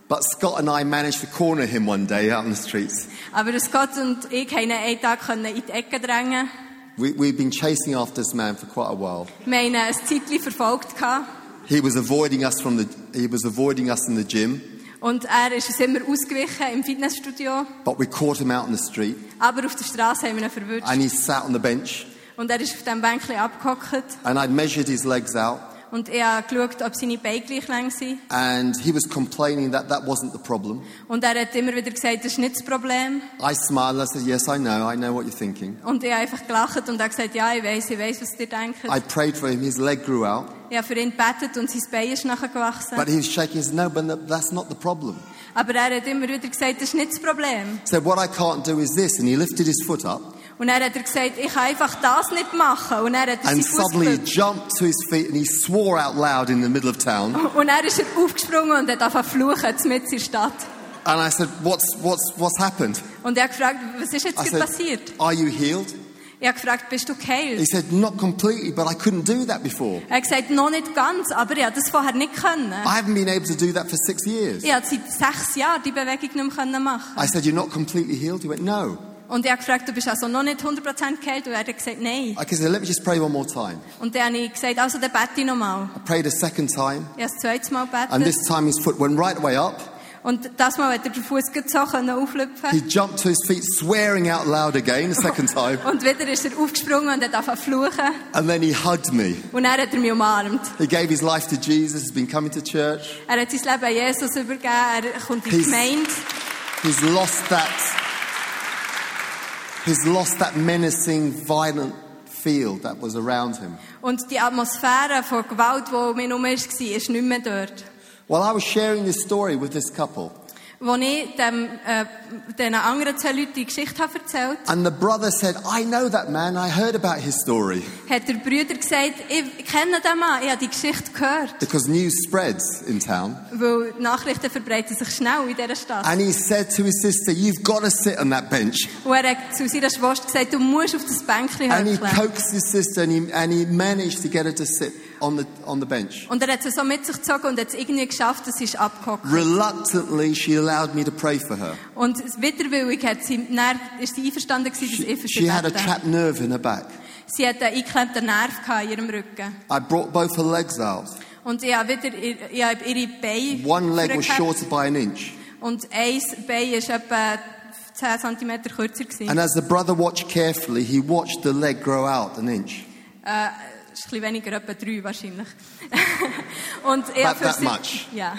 S1: But Scott and I managed to corner him one day out on the streets.
S2: Aber das Gott und ich konnten ihn einen Tag in die Ecke drängen.
S1: We, we'd been chasing after this man for quite a while.
S2: Wir haben ihn ein Zeitchen verfolgt. gehabt.
S1: He was avoiding us from the, he was avoiding us in the gym,
S2: Und er ist uns immer ausgewichen im Fitnessstudio.
S1: but we caught him out on the street
S2: Aber auf der Straße haben wir ihn verwirrt.
S1: and he sat on the bench
S2: Und er ist auf diesem Bänkchen abgehockt.
S1: and I'd measured his legs out
S2: Und ich habe geschaut, ob seine Beine gleich lang sind.
S1: and he was complaining that that wasn't the problem.
S2: Und er hat immer wieder gesagt, das ist nicht das Problem.
S1: I smiled. I said, "Yes, I know. I know what you're thinking."
S2: Und ich habe einfach gelacht und er hat gesagt, ja, ich weiß, ich weiß, was ihr denkt.
S1: I prayed for him. His leg grew out,
S2: Ich habe für ihn gebetet und sein Bein ist nachher gewachsen.
S1: but he was shaking. He said, "No, but that's not the problem."
S2: Aber er hat immer wieder gesagt, das ist nicht das Problem.
S1: said, What I can't do is this. And he lifted his foot up
S2: Und dann hat er gesagt, ich kann einfach das nicht machen. Und dann hat er
S1: and
S2: seinen Fuss
S1: suddenly he
S2: gepackt.
S1: jumped to his feet and he swore out loud in the middle of town.
S2: Und dann ist er aufgesprungen und hat angefangen zu fluchen, mitten in der Stadt.
S1: And I said, What's, what's, what's happened?
S2: Und er hat gefragt, was ist jetzt
S1: I
S2: gerade
S1: said,
S2: passiert?
S1: Are you healed?
S2: Ich habe gefragt, bist du
S1: He
S2: geheilt?
S1: said, Not completely, but I couldn't do that before.
S2: Er hat gesagt, noch nicht ganz, aber ich habe das vorher nicht können.
S1: I haven't been able to do that for six years.
S2: Ich habe seit sechs Jahren die Bewegung nicht mehr machen.
S1: I said, You're not completely healed? He went, No.
S2: Und ich habe gefragt, du bist also noch nicht 100% geheilt? Und er hat gesagt, nein.
S1: I said, Let me just pray one more time.
S2: Und dann habe ich gesagt, also dann bete ich nochmal.
S1: I prayed a second time,
S2: Ich habe das zweite Mal
S1: and
S2: gebetet.
S1: this time his foot went right way up.
S2: Und das Mal hat er den Fuß gerade so können auflüpfen
S1: He jumped to his feet, swearing out loud again a second time,
S2: Und wieder ist er aufgesprungen und hat angefangen zu fluchen.
S1: and then he hugged me.
S2: Und dann hat er mich umarmt.
S1: He gave his life to Jesus, has been coming to church.
S2: Er hat sein Leben Jesus übergeben, er kommt in die
S1: Peace.
S2: Gemeinde.
S1: He's lost that. He's lost that menacing, violent feel that was around him.
S2: Und die Atmosphäre von Gewalt, die um ihn herum war, ist nicht mehr dort.
S1: Well, I was sharing this story with this couple,
S2: Als ich dem, äh, den anderen zwei Leuten die Geschichte habe erzählt
S1: and the brother said, "I know that man. I heard about his story
S2: habe, hat der Brüder gesagt, ich kenne den Mann, ich habe die Geschichte gehört.
S1: because news spreads in town."
S2: Weil die Nachrichten verbreiten sich schnell in dieser Stadt.
S1: And he said to his sister, "You've got to sit on that bench."
S2: Und er hat zu seiner Schwester gesagt, du musst auf das Bänkchen
S1: And he
S2: hüpfen.
S1: coaxed his sister, and he, and he managed to get her to sit on the on the bench.
S2: Und er hat sie so mit sich gezogen und hat es irgendwie geschafft, dass sie ist abgehockt.
S1: Reluctantly, she allowed me to pray for her.
S2: Und widerwillig hat sie, dann ist sie einverstanden gewesen, dass
S1: She,
S2: ich für
S1: she
S2: sie
S1: had a
S2: bete.
S1: trapped nerve in her back.
S2: Sie hat einen eingeklemmten Nerv gehabt in ihrem Rücken.
S1: I brought both her legs out.
S2: Und ich habe wieder ihr- ich habe ihre Beine
S1: One leg was
S2: vorgehabt.
S1: shorter by an inch.
S2: Und ein Bein war etwa 10 cm kürzer. Gewesen.
S1: And uh, as the brother watched carefully, he watched the leg grow out an inch.
S2: Äh, ist ein bisschen weniger, etwa drei wahrscheinlich. und ich
S1: That-
S2: habe für
S1: that
S2: sie,
S1: much.
S2: Ja.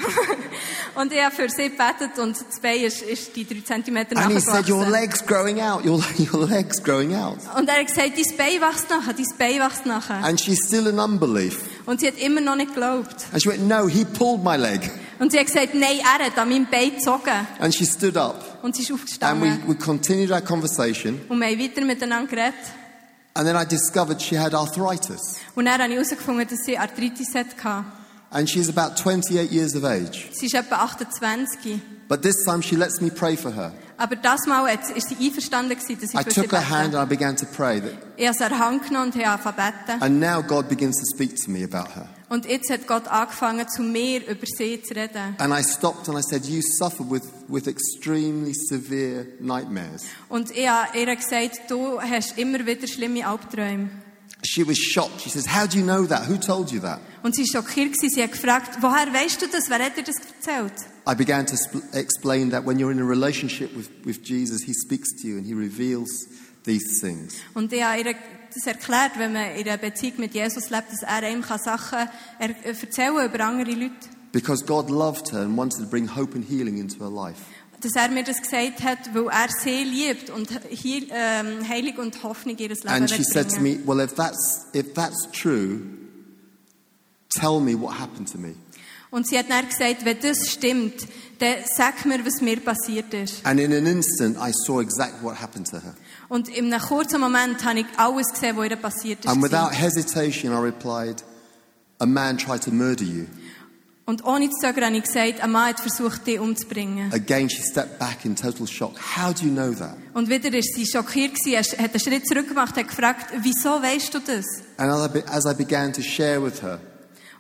S2: und ich habe für sie gebetet und das Bein ist, ist die 3 cm
S1: And he said, Your
S2: nachgewachsen.
S1: leg's growing out, your, your leg's growing out.
S2: Und er hat gesagt, dein Bein wächst nachher, dein Bein wächst nachher.
S1: And she's still in unbelief.
S2: Und sie hat immer noch nicht geglaubt.
S1: And she went, No, he pulled my leg.
S2: Und sie hat gesagt, nein, er hat an meinem Bein gezogen.
S1: And she stood up.
S2: Und sie ist
S1: And we,
S2: aufgestanden.
S1: we continued our conversation.
S2: Und wir haben weiter miteinander geredet.
S1: And then I discovered she had arthritis.
S2: Und dann habe ich herausgefunden, dass sie Arthritis hatte.
S1: And she's about 28 years of age.
S2: Sie ist etwa 28.
S1: But this time she lets me pray for her.
S2: Aber das Mal hat- ist sie einverstanden, gewesen, dass
S1: I
S2: ich für sie
S1: took her hand
S2: bete.
S1: and I began to pray. That,
S2: Ich habe sie an die Hand genommen und habe angefangen zu beten.
S1: and now God begins to speak to me about her.
S2: Und jetzt hat Gott angefangen, zu mir über sie zu reden.
S1: And I stopped and I said, You suffer with, with extremely severe nightmares.
S2: Und ich habe ihr gesagt, du hast immer wieder schlimme Albträume.
S1: She was shocked. She says, How do you know that? Who told you that?
S2: Und sie war schockiert. gewesen. Sie hat gefragt, woher weißt du das? Wer hat dir das erzählt?
S1: I began to sp- explain that when you're in a relationship with, with Jesus, He speaks to you and He reveals these things.
S2: Und ich habe ihr das erklärt, wenn man in einer Beziehung mit Jesus lebt, dass er einem kann Sachen er- erzählen kann über andere Leute.
S1: Because God loved her and wanted to bring hope and healing into her life.
S2: Dass er mir das gesagt hat, weil er sie liebt und Heil, ähm, Heilung und Hoffnung in ihr Leben
S1: And she
S2: will
S1: said to
S2: bringen.
S1: me, Well, if that's, if that's true, tell me what happened to me.
S2: Und sie hat dann gesagt, wenn das stimmt, dann sag mir, was mir passiert ist.
S1: And in an instant, I saw exactly what happened to her.
S2: Und in einem kurzen Moment habe ich alles gesehen, was ihr passiert ist.
S1: And without hesitation, I replied, A man tried to murder you.
S2: Und ohne zu zögern habe ich gesagt, ein Mann hat versucht, dich umzubringen.
S1: Again, she stepped back in total shock. How do you know that?
S2: Und wieder ist sie schockiert, gewesen, hat einen Schritt zurück gemacht, hat gefragt, wieso weißt du das?
S1: And as I, be- as I began to share with her,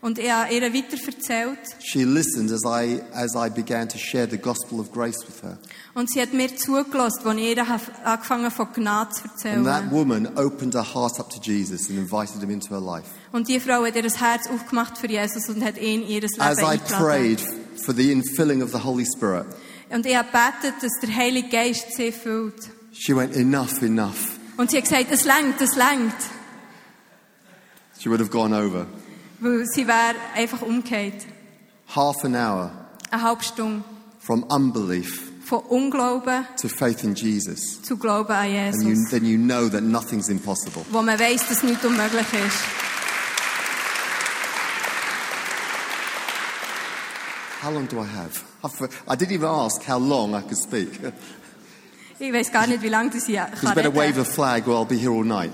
S2: Und ich habe ihr weiter erzählt.
S1: she listened as I, as I began to share the gospel of grace with her.
S2: Und sie hat mir zugelassen, als ich ihr habe angefangen von Gnade zu
S1: And that
S2: erzählen.
S1: woman opened her heart up to Jesus and invited him into her life.
S2: Und die Frau hat ihr das Herz aufgemacht für Jesus und hat ihn in ihr Leben
S1: As I
S2: eingeladen.
S1: prayed for the infilling of the Holy Spirit,
S2: Und ich habe gebetet, dass der Heilige Geist sie füllt.
S1: she went, Enough, enough.
S2: Und sie hat gesagt, es langt, es langt.
S1: She would have gone over.
S2: Weil sie wäre einfach umgekehrt.
S1: Half an hour
S2: Eine halbe Stunde
S1: from unbelief
S2: von Unglauben
S1: to faith in Jesus.
S2: zu Glauben an
S1: And you,
S2: Jesus.
S1: then you know that nothing's impossible.
S2: Wo man weiss, dass nichts unmöglich ist.
S1: How long do I have? I've, for- I didn't even ask how long I could speak. There's
S2: Ich weiss gar nicht, wie lange das ich kann
S1: better
S2: reden.
S1: wave a flag or I'll be here all night.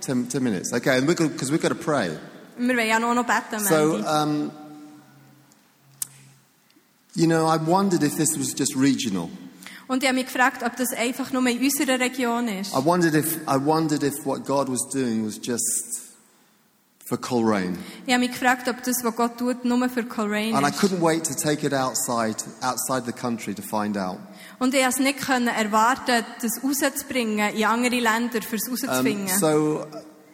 S1: Ten, ten minutes. Okay, and we're because we've got to pray.
S2: Wir wollen ja nur noch beten. am
S1: So,
S2: Ende.
S1: um, you know, I wondered if this was just regional.
S2: Und ich habe mich gefragt, ob das einfach nur in unserer Region ist.
S1: I wondered if I wondered if what God was doing was just for Coleraine,
S2: Ich habe mich gefragt, ob das, was Gott tut, nur für Coleraine
S1: and I
S2: ist.
S1: couldn't wait to take it outside outside the country to find out.
S2: Und ich konnte es nicht können erwarten, das rauszubringen, in andere Länder, für es
S1: Um,
S2: rauszufinden.
S1: so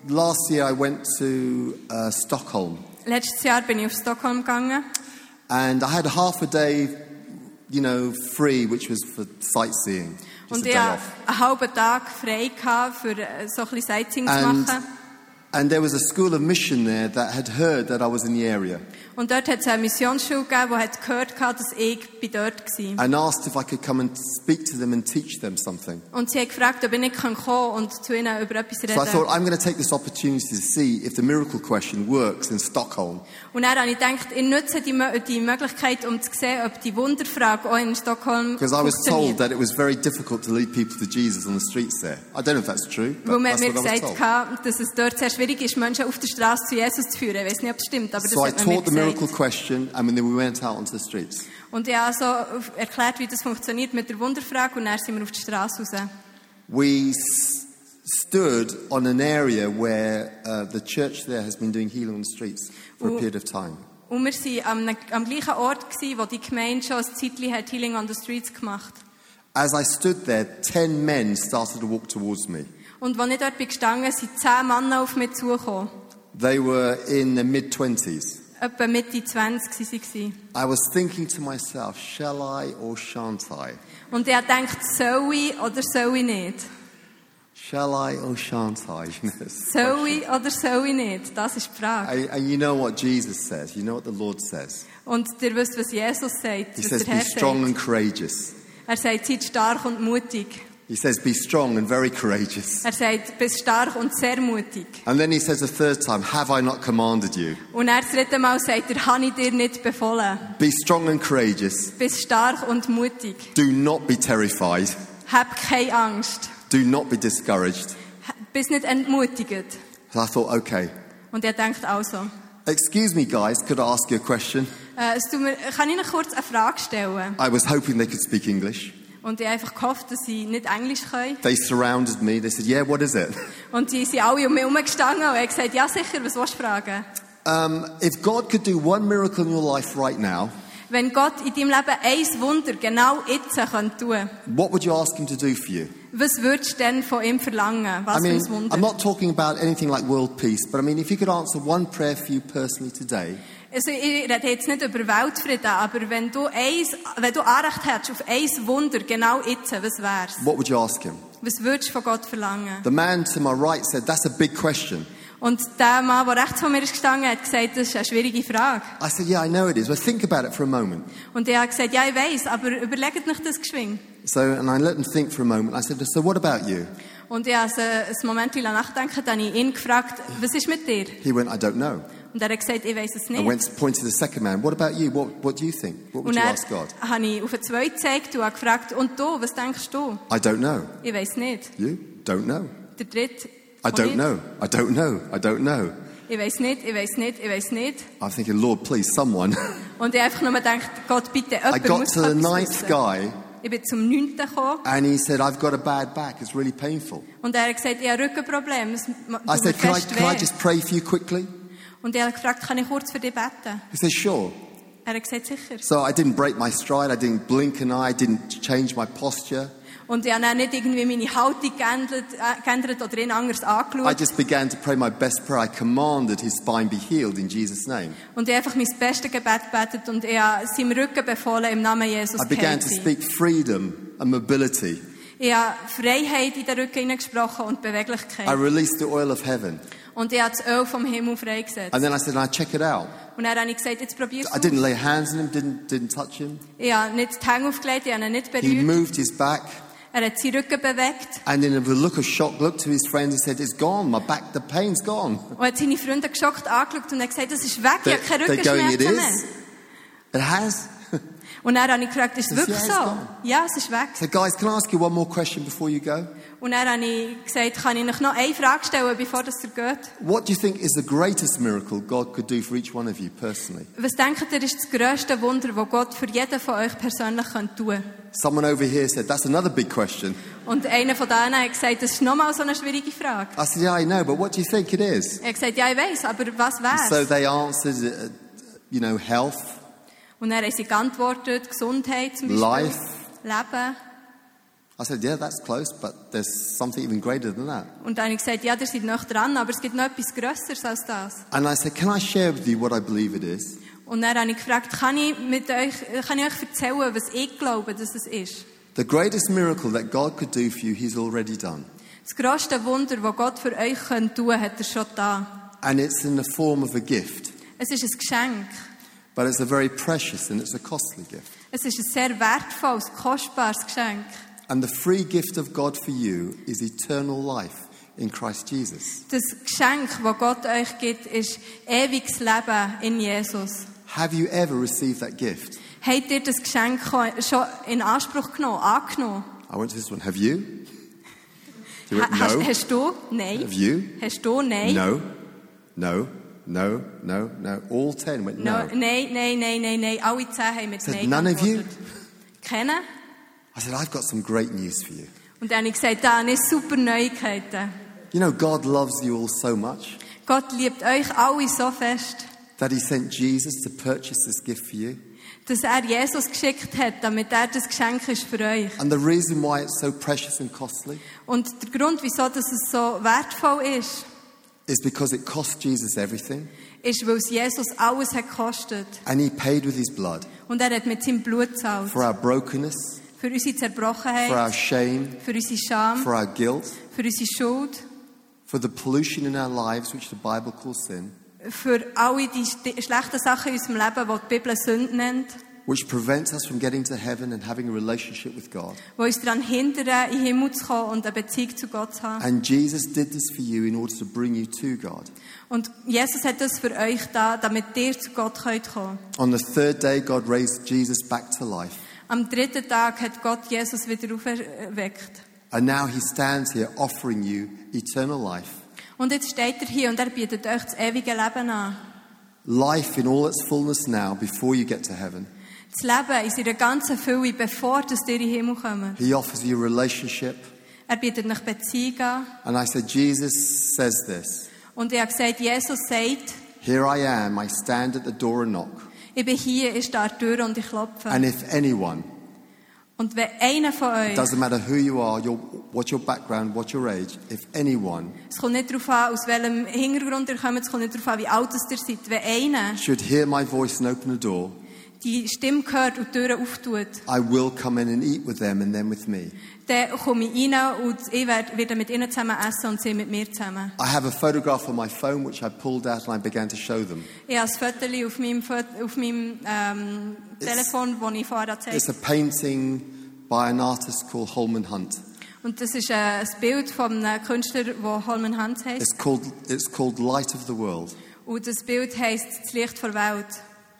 S1: last year I went to uh, Stockholm,
S2: Letztes Jahr bin ich auf Stockholm gegangen
S1: and I had half a day, you know, free, which was for sightseeing, just
S2: und
S1: a day
S2: ich hatte
S1: off.
S2: einen halben Tag frei, gehabt, für äh, so ein bisschen Sightseeing zu
S1: And-
S2: machen.
S1: And there was a school of mission there that had heard that I was in the area.
S2: Und dort hat es eine Missionsschule gegeben, die hat gehört hat, dass ich bin dort war.
S1: and asked if I could come and speak to them and teach them something.
S2: Und sie hat gefragt, ob ich nicht kommen kann und zu ihnen über etwas
S1: So I
S2: reden
S1: thought I'm going to take this opportunity to see if the miracle question works in Stockholm.
S2: Und dann habe ich gedacht, ich nutze die, Mö- die Möglichkeit, um zu sehen, ob die Wunderfrage auch in Stockholm
S1: Because I was told
S2: funktioniert.
S1: that it was very difficult to lead people to Jesus on the streets there. I don't know if that's true,
S2: Weil
S1: but
S2: man
S1: that's
S2: hat mir
S1: what I was
S2: gesagt,
S1: told.
S2: hat, dass es dort sehr schwierig ist, Menschen auf der Straße zu Jesus zu führen. Ich weiß nicht, ob das stimmt, aber das
S1: So I
S2: hat man mir
S1: taught the miracle
S2: gesagt.
S1: question, and then we went out onto the streets.
S2: Und ich habe so auf- erklärt, wie das funktioniert mit der Wunderfrage und dann sind wir auf die Straße raus.
S1: We s- stood on an area where uh, the church there has been doing healing on the streets for a
S2: Ooh.
S1: period of time.
S2: Und wir waren am, ne- am gleichen Ort, gewesen, wo die Gemeinde schon ein Zeitchen hat Healing on the Streets gemacht
S1: As I stood there, ten men started to walk towards me.
S2: Und als ich dort bin gestanden bin, sind zehn Männer auf mich zugekommen.
S1: They were in their mid 20s.
S2: Etwa Mitte 20 waren sie. gewesen.
S1: I was thinking to myself, shall I or shan't I?
S2: Und ich habe gedacht, soll ich oder soll ich nicht?
S1: Shall I or shan't I? You know, it's a
S2: Soll
S1: question.
S2: ich oder soll ich nicht? Das ist die Frage.
S1: And, and you know what Jesus says. You know what the Lord says.
S2: Und ihr wisst, was Jesus sagt,
S1: He
S2: was
S1: says,
S2: der
S1: be
S2: Herr
S1: strong
S2: sagt.
S1: and courageous.
S2: Er sagt, seid stark und mutig.
S1: He says, be strong and very courageous.
S2: Er sagt, bist stark und sehr mutig.
S1: And then he says a third time, have I not commanded you?
S2: Und er das dritte Mal sagt er, habe ich dir nicht befohlen.
S1: Be strong and courageous.
S2: Bist stark und mutig.
S1: Do not be terrified.
S2: Hab keine Angst.
S1: Do not be discouraged.
S2: Ha- Bist nicht entmutigt.
S1: So I thought, okay.
S2: Und er denkt also,
S1: Excuse me, guys, could I ask you a question?
S2: äh, es tut mir, kann ich noch kurz eine Frage stellen?
S1: I was hoping they could speak English.
S2: Und ich habe einfach gehofft, dass sie nicht Englisch können.
S1: They surrounded me. They said, yeah, what is it?
S2: Und die sind alle um mich herumgestanden und ich habe gesagt, ja sicher, was willst du fragen?
S1: Um, if God could do one miracle in your life right now,
S2: Wenn Gott in deinem Leben ein Wunder genau jetzt könnte tun
S1: what would you ask Him to do for you?
S2: was würdest du denn von ihm verlangen? Was
S1: I mean,
S2: für ein Wunder?
S1: I'm not talking about anything like world peace, but I mean, if you could answer one prayer for you personally today,
S2: Also ich rede jetzt nicht über Weltfrieden, aber wenn du, eins, wenn du Anrecht hättest auf ein Wunder genau jetzt, was wär's?
S1: what would you ask Him?
S2: Was würdest du von Gott verlangen?
S1: The man to my right said, That's a big question.
S2: Und der Mann, der rechts von mir ist gestanden, hat gesagt, das ist eine schwierige Frage.
S1: I said, Yeah, I know it is, but think about it for a moment.
S2: Und er hat gesagt, ja, ich weiss, aber überlegt euch das geschwind.
S1: So, and I let him think for a moment. I said, So, what about you?
S2: Und ich habe ein Moment lang nachdenken, dann habe ich ihn gefragt, was ist mit dir?
S1: He went, I don't know.
S2: Und er hat gesagt, ich weiss es
S1: I
S2: nicht.
S1: went to point to the second man, What about you? What, what do you think? What would
S2: Und
S1: you
S2: dann
S1: ask God?
S2: habe ich auf den zweiten gezeigt und habe gefragt, und du, was denkst du?
S1: I don't know.
S2: Ich weiss nicht.
S1: You? Don't know.
S2: Der dritte.
S1: I
S2: auch
S1: don't
S2: nicht.
S1: know. I don't know. I don't know.
S2: Ich weiss nicht, ich weiss nicht, ich weiss nicht.
S1: I'm thinking, Lord, please, someone.
S2: Und ich einfach nur gedacht, Gott bitte,
S1: I
S2: jemand
S1: got
S2: muss
S1: to the
S2: etwas
S1: ninth
S2: wissen.
S1: guy
S2: Ich bin zum neunten gekommen
S1: and he said, I've got a bad back. It's really painful.
S2: und er hat gesagt, ich habe Rückenprobleme, es ma-
S1: I
S2: tut mir
S1: said, Can I,
S2: fest
S1: can I
S2: weh.
S1: just pray for you quickly?
S2: Und er hat gefragt, kann ich kurz für dich beten?
S1: He said, Sure.
S2: Er hat gesagt, sicher.
S1: So I didn't break my stride. I didn't blink an eye. I didn't change my posture.
S2: Und ich habe dann nicht irgendwie meine Haltung geändert, äh, geändert oder ihn anders
S1: I
S2: angeschaut.
S1: just began to pray my best prayer. I commanded his spine be healed in Jesus' name.
S2: Und ich habe einfach mein bestes Gebet gebetet und ich habe seinem Rücken befohlen, im Namen Jesus
S1: I began
S2: geheilt
S1: to
S2: zu sein.
S1: speak freedom and mobility.
S2: Ich Ich habe Freiheit in den Rücken hineingesprochen und Beweglichkeit.
S1: I released the oil of heaven.
S2: Und ich habe das Öl vom Himmel freigesetzt.
S1: And then I said, now check it out.
S2: Und dann habe ich gesagt, jetzt probier's
S1: Also- I
S2: aus.
S1: didn't lay hands on him, didn't, didn't touch him.
S2: Ich habe nicht die Hänge aufgelegt, ich habe ihn nicht
S1: He
S2: berührt.
S1: moved his back
S2: Er hat seinen Rücken bewegt.
S1: and in a look of shock looked to his friends and said, it's gone, my back, the pain's gone.
S2: Und hat seine Freunde geschockt angeschaut und hat gesagt, das ist weg, ich
S1: They-
S2: habe keine
S1: they're going, it
S2: Rückenschmerzen
S1: is.
S2: mehr.
S1: It has.
S2: Und dann habe ich gefragt, ist es
S1: Yes,
S2: wirklich
S1: yeah, it's
S2: so?
S1: gone.
S2: Ja, es ist weg.
S1: So guys, can I ask you one more question before you go?
S2: Und dann habe ich gesagt, kann ich euch noch eine Frage stellen, bevor das ihr geht?
S1: What do you think is the greatest miracle God could do for each one of you personally?
S2: Was denkt ihr, ist das grösste Wunder, das Gott für jeden von euch persönlich tun könnte?
S1: Someone over here said, that's another big question.
S2: Und einer von denen hat gesagt, das ist nochmal so eine schwierige Frage.
S1: I said, yeah, I know, but what do you think it is?
S2: Er hat gesagt, ja, ich weiss, aber was wär's?
S1: So they answered, uh, you know, health,
S2: Und dann haben sie geantwortet, Gesundheit zum Beispiel.
S1: Life.
S2: Leben.
S1: I said, yeah, that's close, but there's something even greater than that.
S2: Und dann habe ich gesagt, ja, ihr seid noch dran, aber es gibt noch etwas Größeres als das.
S1: And I said, can I share with you what I believe it is?
S2: Und dann habe ich gefragt, kann ich, mit euch, kann ich euch erzählen, was ich glaube, dass es ist?
S1: The greatest miracle that God could do for you, He's already done.
S2: Das grösste Wunder, das Gott für euch tun könnte, hat er schon da.
S1: And it's in the form of a gift,
S2: Es ist ein Geschenk.
S1: but it's a very precious and it's a costly gift.
S2: Es ist ein sehr wertvolles, kostbares Geschenk.
S1: And the free gift of God for you is eternal life in Christ Jesus.
S2: Das Geschenk, das Gott euch gibt, ist ewiges Leben in Jesus.
S1: Have you ever received that gift?
S2: Habt ihr das Geschenk schon in Anspruch genommen, angenommen?
S1: I went to this one. Have you? He
S2: Ha
S1: went,
S2: hast,
S1: no.
S2: hast du? Nein.
S1: Have you?
S2: Hast du? Nein.
S1: No. No. No. No. No. All ten went,
S2: No,
S1: no.
S2: nein, nein, nein, nein, nein. Alle zehn haben mit
S1: Said
S2: Nein
S1: none of you?
S2: geantwortet. Kennen?
S1: I said, I've got some great news for you.
S2: Und dann habe ich gesagt, da habe ich super Neuigkeiten.
S1: You know, God loves you all so much
S2: Gott liebt euch alle so fest,
S1: that He sent Jesus to purchase this gift for you.
S2: dass er Jesus geschickt hat, damit er das Geschenk ist für euch.
S1: And the reason why it's so precious and costly
S2: Und der Grund, wieso dass es so wertvoll ist,
S1: is because it cost Jesus everything
S2: ist, weil es Jesus alles hat gekostet.
S1: and he paid with his blood
S2: Und er hat mit seinem Blut gezahlt.
S1: for our brokenness,
S2: Für unsere
S1: for our
S2: Zerbrochenheit,
S1: shame,
S2: für unsere Scham,
S1: for our guilt,
S2: für unsere Schuld,
S1: for the pollution in our lives, which the Bible calls sin,
S2: für alle die st- schlechten Sachen in unserem Leben, die die Bibel Sünde nennt,
S1: which prevents us from getting to heaven and having a relationship with God.
S2: die uns daran hindern, in den Himmel zu kommen und eine Beziehung zu Gott zu haben.
S1: And Jesus did this for you in order to bring you to God.
S2: Und Jesus hat das für euch da, damit ihr zu Gott könnt kommen
S1: On the third day, God raised Jesus back to life.
S2: Am dritten Tag hat Gott Jesus wieder auferweckt.
S1: And now he stands here offering you eternal life,
S2: Und jetzt steht er hier und er bietet euch das ewige Leben an.
S1: life in all its fullness now before you get to heaven.
S2: Das Leben in seiner ganzen Fülle, bevor dass ihr in den Himmel kommt.
S1: He offers you a relationship.
S2: Er bietet euch Beziehung an.
S1: And I said, Jesus says this
S2: Und ich habe gesagt, Jesus sagt,
S1: Here I am, I stand at the door and knock.
S2: ich bin hier, ich stehe an der Tür und ich klopfe.
S1: And if anyone,
S2: Und wenn einer von euch,
S1: doesn't matter who you are, your, what your background, what your age, if anyone
S2: es kommt nicht darauf an, aus welchem Hintergrund ihr kommt, es kommt nicht darauf an, wie alt ihr seid, wenn einer
S1: should hear my voice and open the door,
S2: die Stimme hört und die Türen auftut,
S1: I will come in and eat with them and them with me.
S2: dann komme ich rein und ich werde werde mit ihnen zusammen essen und sie mit mir zusammen.
S1: I have a photograph on my phone which I pulled out and I began to show them.
S2: Ich habe ein Foto auf meinem, Fo- auf meinem ähm,
S1: It's-
S2: Telefon, das ich vorher
S1: It's
S2: gezeigt
S1: a painting by an artist called Holman Hunt.
S2: Und das ist äh, ein Bild von einem Künstler, der Holman Hans
S1: It's
S2: heißt.
S1: called, it's called Light of the World.
S2: Und das Bild heisst «Das Licht der Welt».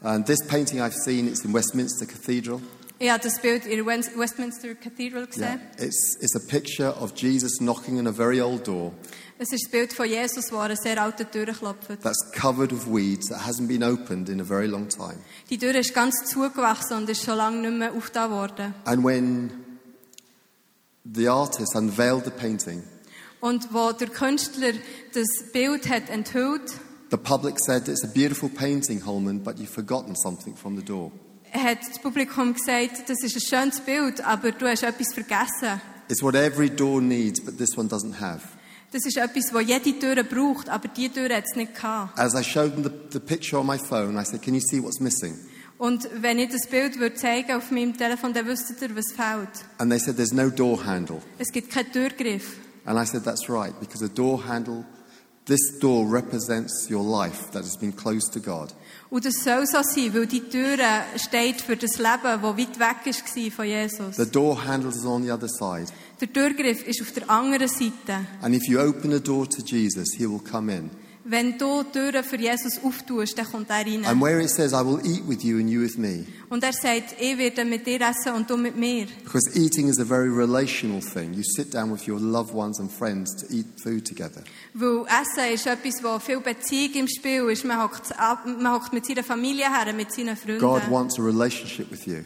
S1: And this painting I've seen, it's in Westminster Cathedral.
S2: Ich habe das Bild in der West- Westminster Cathedral
S1: Yeah.
S2: gesehen.
S1: It's, it's a picture of Jesus knocking on a very old door
S2: Es ist das Bild von Jesus, der an eine sehr alte Tür klopft.
S1: that's covered with weeds that hasn't been opened in a very long time.
S2: Die Tür ist ganz zugewachsen und ist schon lange nicht mehr aufgetan worden.
S1: And when the artist unveiled the painting,
S2: Und wo der Künstler das Bild hat enthüllt,
S1: the public said, It's a beautiful painting, Holman, but you've forgotten something from the door.
S2: hat das Publikum gesagt, das ist ein schönes Bild, aber du hast etwas vergessen.
S1: It's what every door needs, but this one doesn't have.
S2: Das ist etwas, das jede Tür braucht, aber die Tür hat es nicht gehabt.
S1: As I showed them the, the picture on my phone, I said, Can you see what's missing?
S2: Und wenn ich das Bild würde zeigen auf meinem Telefon, dann wüsstet ihr, was fehlt.
S1: And they said, There's no door handle.
S2: Es gibt keinen Türgriff.
S1: And I said, That's right, because a door handle, this door represents your life that has been closed to God.
S2: Und das soll so sein, weil die Türe steht für das Leben, das weit weg war von Jesus.
S1: The door handle is on the other side.
S2: Der Türgriff ist auf der anderen Seite.
S1: And if you open a door to Jesus, he will come in.
S2: Wenn du die Türe für Jesus auftust, dann kommt er rein.
S1: And where it says, I will eat with you and you with me,
S2: Und er sagt, ich werde mit dir essen und du mit mir.
S1: because eating is a very relational thing. You sit down with your loved ones and friends to eat food together.
S2: Weil Essen ist etwas, wo viel Beziehung im Spiel ist. Man hockt, ab- man hockt mit seiner Familie her, mit seinen Freunden.
S1: God wants a relationship with you.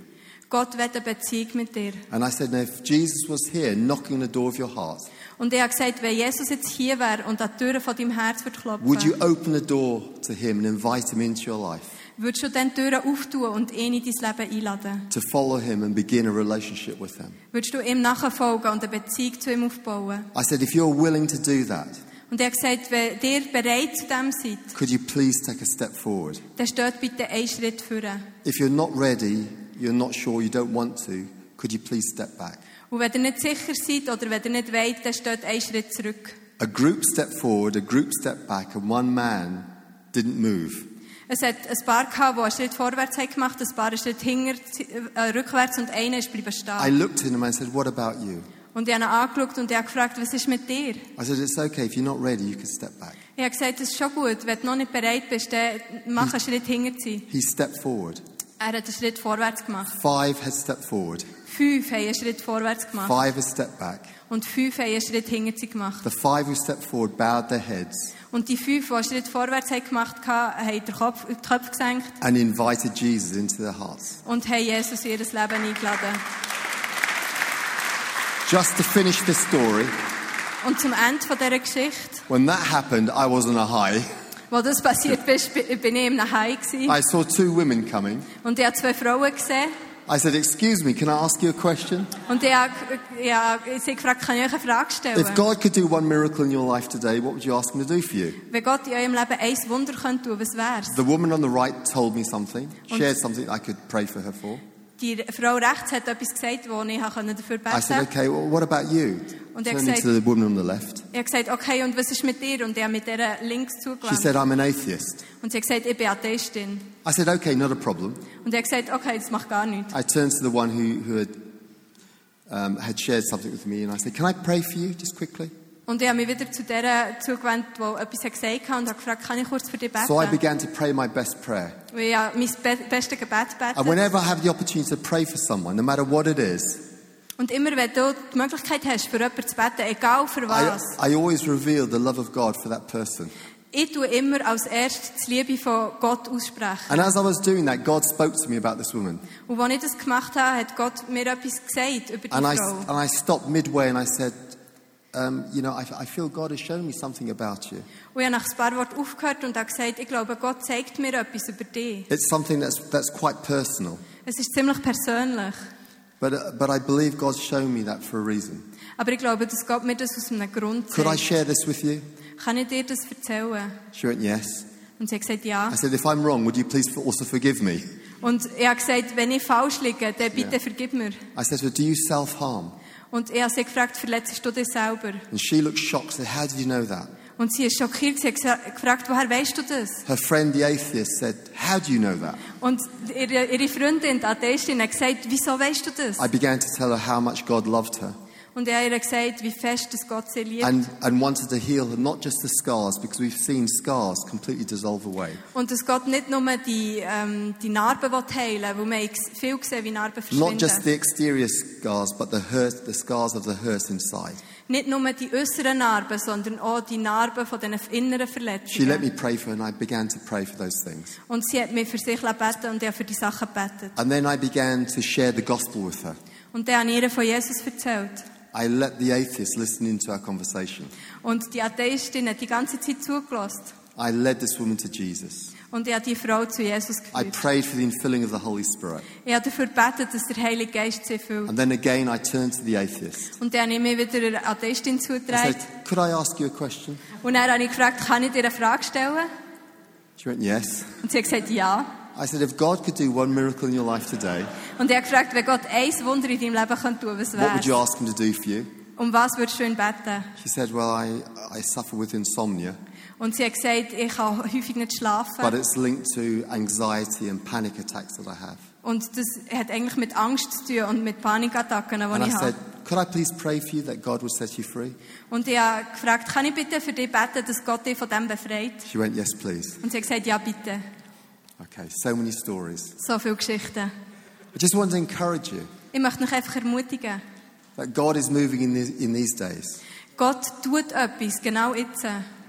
S2: Gott will eine Beziehung mit dir.
S1: And I said, now if Jesus was here knocking on the door of your heart,
S2: Und ich habe gesagt, wenn Jesus jetzt hier wäre und an die Türe von deinem Herz würde klopfen,
S1: would you open the door to him and invite him into your life
S2: würdest du dann die Türe auftun und ihn in dein Leben einladen?
S1: to follow him and begin a relationship with him?
S2: Würdest du ihm nachfolgen und eine Beziehung zu ihm aufbauen?
S1: I said, if you're willing to do that,
S2: Und ich habe gesagt, wenn ihr bereit zu dem seid,
S1: could you please take a step forward?
S2: dann steht bitte einen Schritt vor.
S1: If you're not ready, you're not sure, you don't want to, could you please step back?
S2: Und wenn ihr nicht sicher seid oder wenn ihr nicht wollt, dann steht einen Schritt zurück.
S1: A group stepped forward, a group stepped back, and one man didn't move.
S2: Es hat ein paar gehabt, die einen Schritt vorwärts haben gemacht haben, ein paar einen Schritt hinger, äh, rückwärts und einer ist bleiben
S1: I
S2: stehen.
S1: looked at him and I said, What about you?
S2: Und ich habe ihn angeschaut und ich habe gefragt, was ist mit dir?
S1: I said, It's okay, if you're not ready, you can step back.
S2: Ich habe gesagt, das ist schon gut, wenn du noch nicht bereit bist, dann mach einen Schritt hinger zu sein.
S1: He stepped forward.
S2: Er hat einen Schritt vorwärts gemacht.
S1: Five had stepped forward,
S2: Fünf haben einen Schritt vorwärts gemacht
S1: five had stepped back.
S2: und fünf haben einen Schritt hinger zu gemacht.
S1: The five who stepped forward bowed their heads
S2: Und die fünf, die einen Schritt vorwärts haben gemacht haben, haben den Kopf, den Kopf gesenkt
S1: and invited Jesus into their hearts.
S2: und haben Jesus in ihr Leben eingeladen.
S1: Just to finish this story,
S2: Und zum Ende von dieser Geschichte,
S1: when that happened, I was on a high.
S2: wo das passiert ist, bin bin ich im Heim gewesen.
S1: I saw two women coming.
S2: Und ich habe zwei Frauen gesehen.
S1: I said, Excuse me, can I ask you a question?
S2: Und ich habe, ich habe sie gefragt, kann ich euch eine Frage
S1: If
S2: stellen?
S1: God could do one miracle in your life today, what would you ask Him to do for you?
S2: Wenn Gott in eurem Leben ein Wunder könnte tun, was wäre es?
S1: The woman on the right told me something, shared something I could pray for her for.
S2: Die Frau rechts hat etwas gesagt, wo ich habe können dafür
S1: I
S2: beten
S1: said,
S2: konnte.
S1: okay, well, what about you?
S2: Und er
S1: Turning
S2: gesagt-
S1: to the woman on the left.
S2: Ich habe gesagt, okay, und was ist mit dir? Und ich habe mit ihr links
S1: She
S2: zugelangt.
S1: said, I'm an atheist.
S2: Und sie hat gesagt, ich bin Atheistin.
S1: I said, okay, not a problem.
S2: Und ich habe gesagt, okay, das macht gar nichts.
S1: I turned to the one who, who had, um, had shared something with me and I said, can I pray for you just quickly?
S2: Und ich habe mich wieder zu der zugewandt, die etwas gesagt hat und habe gefragt, kann ich kurz für dich beten?
S1: So I began to pray my best prayer.
S2: Und ich habe mein be bestes Gebet
S1: And
S2: betet.
S1: whenever I have the opportunity to pray for someone, no matter what it is,
S2: Und immer wenn du die Möglichkeit hast, für jemanden zu beten, egal für
S1: I,
S2: was,
S1: I always reveal the love of God for that person.
S2: ich tue immer als erstes die Liebe von Gott aussprechen.
S1: And as I was doing that, God spoke to me about this woman.
S2: Und als ich das gemacht habe, hat Gott mir etwas gesagt über die
S1: And I,
S2: Frau.
S1: and I stopped midway and I said, um, You know, I, I feel God has shown me something about you.
S2: Und ich habe nach ein paar Worten aufgehört und habe gesagt, ich glaube, Gott zeigt mir etwas über dich.
S1: It's something that's, that's quite personal.
S2: Es ist ziemlich persönlich.
S1: But, uh, but I believe God's shown me that for a reason.
S2: Aber ich glaube, dass Gott mir das aus einem Grund
S1: Could I
S2: zeigt.
S1: share this with you?
S2: Kann ich dir das erzählen?
S1: She went, Yes.
S2: Und sie hat gesagt, ja.
S1: I said, If I'm wrong, would you please for- also forgive me?
S2: Und ich habe gesagt, wenn ich falsch liege, dann bitte
S1: Ja.
S2: vergib mir.
S1: I said, Well, do you self harm?
S2: Und ich habe sie gefragt, verletzt du dich selber?
S1: And she looked shocked, said, How did you know that?
S2: Und sie ist schockiert, sie hat gesa- gefragt, woher weißt du das?
S1: Her friend, the atheist, said, How do you know that?
S2: Und ihre, ihre Freundin, die Atheistin, hat gesagt, wieso weißt du das?
S1: I began to tell her how much God loved her
S2: Und ich habe ihr gesagt, wie fest das Gott sie liebt.
S1: and, and wanted to heal her, not just the scars, because we've seen scars completely dissolve away.
S2: Und dass Gott nicht nur die, ähm, die Narben will heilen will, weil wir haben viel gesehen, wie Narben
S1: Not just
S2: verschwinden.
S1: the exterior scars, but the hurt, the scars of the hurt inside.
S2: Nicht nur die äußeren Narben, sondern auch die Narben von den inneren
S1: She let me
S2: Verletzungen.
S1: pray for her, and I began to pray for those things.
S2: Und sie hat mich für sich gebeten und ich habe für die Sachen gebetet.
S1: And then I began to share the gospel with her.
S2: Und dann habe ich ihr von Jesus erzählt.
S1: I let the atheist listen into our conversation.
S2: Und die Atheistin hat die ganze Zeit zugelassen.
S1: I led this woman to Jesus.
S2: Und ich habe die Frau zu Jesus
S1: I
S2: geführt.
S1: prayed for the infilling of the Holy Spirit.
S2: Ich habe dafür gebetet, dass der Heilige Geist sie füllt.
S1: And then again, I turned to the atheist.
S2: Und dann habe ich mich wieder der
S1: I
S2: Atheistin zugetragen.
S1: said, Could I ask you a question?
S2: Und dann habe ich gefragt, kann ich dir eine Frage stellen?
S1: She went, Yes.
S2: Und sie hat gesagt, ja.
S1: I said, if God could do one miracle in your life today,
S2: Und er hat gefragt, wenn Gott ein Wunder in deinem Leben könnte tun, was
S1: what would you
S2: wäre
S1: ask Him to do for you?
S2: Um was würdest du ihn beten?
S1: She said, well, I, I suffer with insomnia,
S2: Und sie hat gesagt, ich kann häufig nicht
S1: but
S2: schlafen.
S1: it's linked to anxiety and panic attacks that I have.
S2: Und das hat eigentlich mit Angst zu tun und mit Panikattacken,
S1: And
S2: die
S1: I
S2: ich
S1: said,
S2: habe.
S1: could I please pray for you that God would set you free?
S2: Und ich habe gefragt, kann ich bitte für dich beten, dass Gott dich von dem befreit?
S1: She went, yes, please.
S2: Und sie hat gesagt, ja bitte.
S1: Okay, so many stories.
S2: So viele Geschichten.
S1: I just want to encourage you
S2: Ich möchte mich einfach ermutigen.
S1: that God is moving in these, in these days
S2: Gott tut etwas, genau jetzt.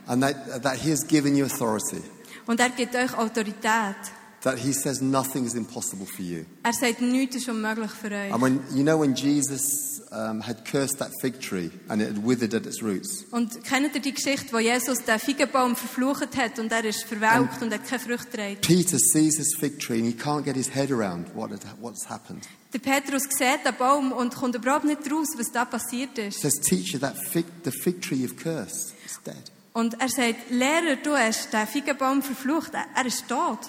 S1: and that, that He has given you authority,
S2: Und er gibt euch Autorität.
S1: that He says nothing is impossible for you.
S2: Er sagt, nichts ist unmöglich für
S1: And
S2: euch.
S1: when you know when Jesus um, had cursed that fig tree and it had withered at its roots,
S2: Und kennt ihr die Geschichte, wo Jesus den Feigenbaum verflucht hat und er ist verwelkt und hat keine Früchte getragen?
S1: Peter sees this fig tree and he can't get his head around what had, what's happened.
S2: Der Petrus sieht den Baum und kommt überhaupt nicht raus, was da passiert
S1: He
S2: ist.
S1: says, "Teacher, that fig, the fig tree you've cursed is dead."
S2: Und er sagt, Lehrer, du hast den Feigenbaum verflucht, er er ist tot.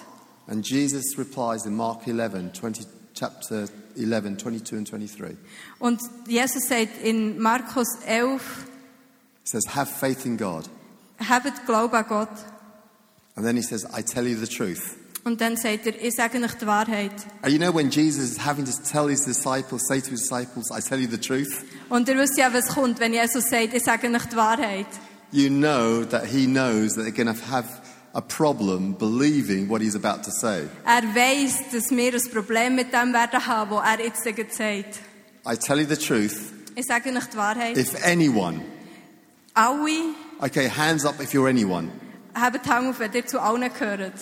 S1: And Jesus replies in Mark 11, 20, chapter 11, 22 and 23. He
S2: Und Jesus sagt in Markus 11,
S1: says, "Have faith in God."
S2: habt Glauben an Gott.
S1: And then he says, "I tell you the truth."
S2: Und dann sagt er, ich sage euch die Wahrheit.
S1: And you know when Jesus is having to tell his disciples, say to his disciples, "I tell you the truth,"
S2: Und ihr wisst ja, was kommt, wenn Jesus sagt, ich sage euch die Wahrheit.
S1: you know that he knows that they're going to have a problem believing what he's about to say.
S2: Er weiß, dass wir ein Problem mit dem werden haben, was er jetzt gerade sagt.
S1: I tell you the truth.
S2: Ich sage euch die Wahrheit.
S1: If anyone,
S2: Alle
S1: okay, hands up if you're anyone.
S2: haben die Hand auf, wenn ihr zu allen gehört.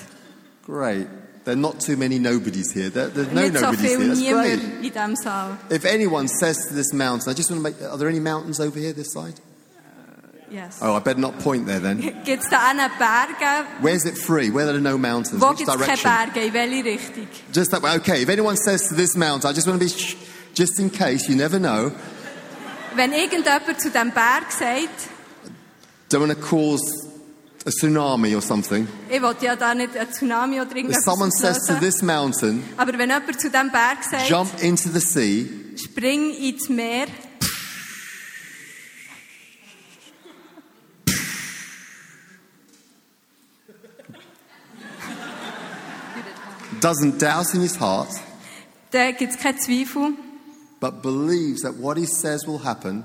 S1: Great. There are not too many nobodies here. There, there's no
S2: Nicht so
S1: nobodies
S2: viel
S1: here. That's
S2: niemand
S1: great.
S2: in diesem Saal.
S1: If anyone says to this mountain, I just want to make, are there any mountains over here this side?
S2: Yes.
S1: Oh, I better not point there then.
S2: Gibt es da einen Berge?
S1: Where's it free? Where there are no mountains?
S2: Wo
S1: Which
S2: gibt es keine
S1: direction?
S2: Berge? In welche Richtung?
S1: Just that way. Okay, if anyone says to this mountain, I just want to be, sh- just in case, you never know,
S2: Wenn irgendjemand zu diesem Berg sagt,
S1: don't want to cause a tsunami or something.
S2: ich will ja da nicht einen Tsunami oder
S1: If
S2: irgendwas
S1: someone says to
S2: auslösen.
S1: this mountain,
S2: Aber wenn jemand zu diesem Berg sagt,
S1: jump into the sea,
S2: spring ins Meer,
S1: doesn't doubt in his heart,
S2: dann gibt es keinen Zweifel.
S1: but believes that what he says will happen,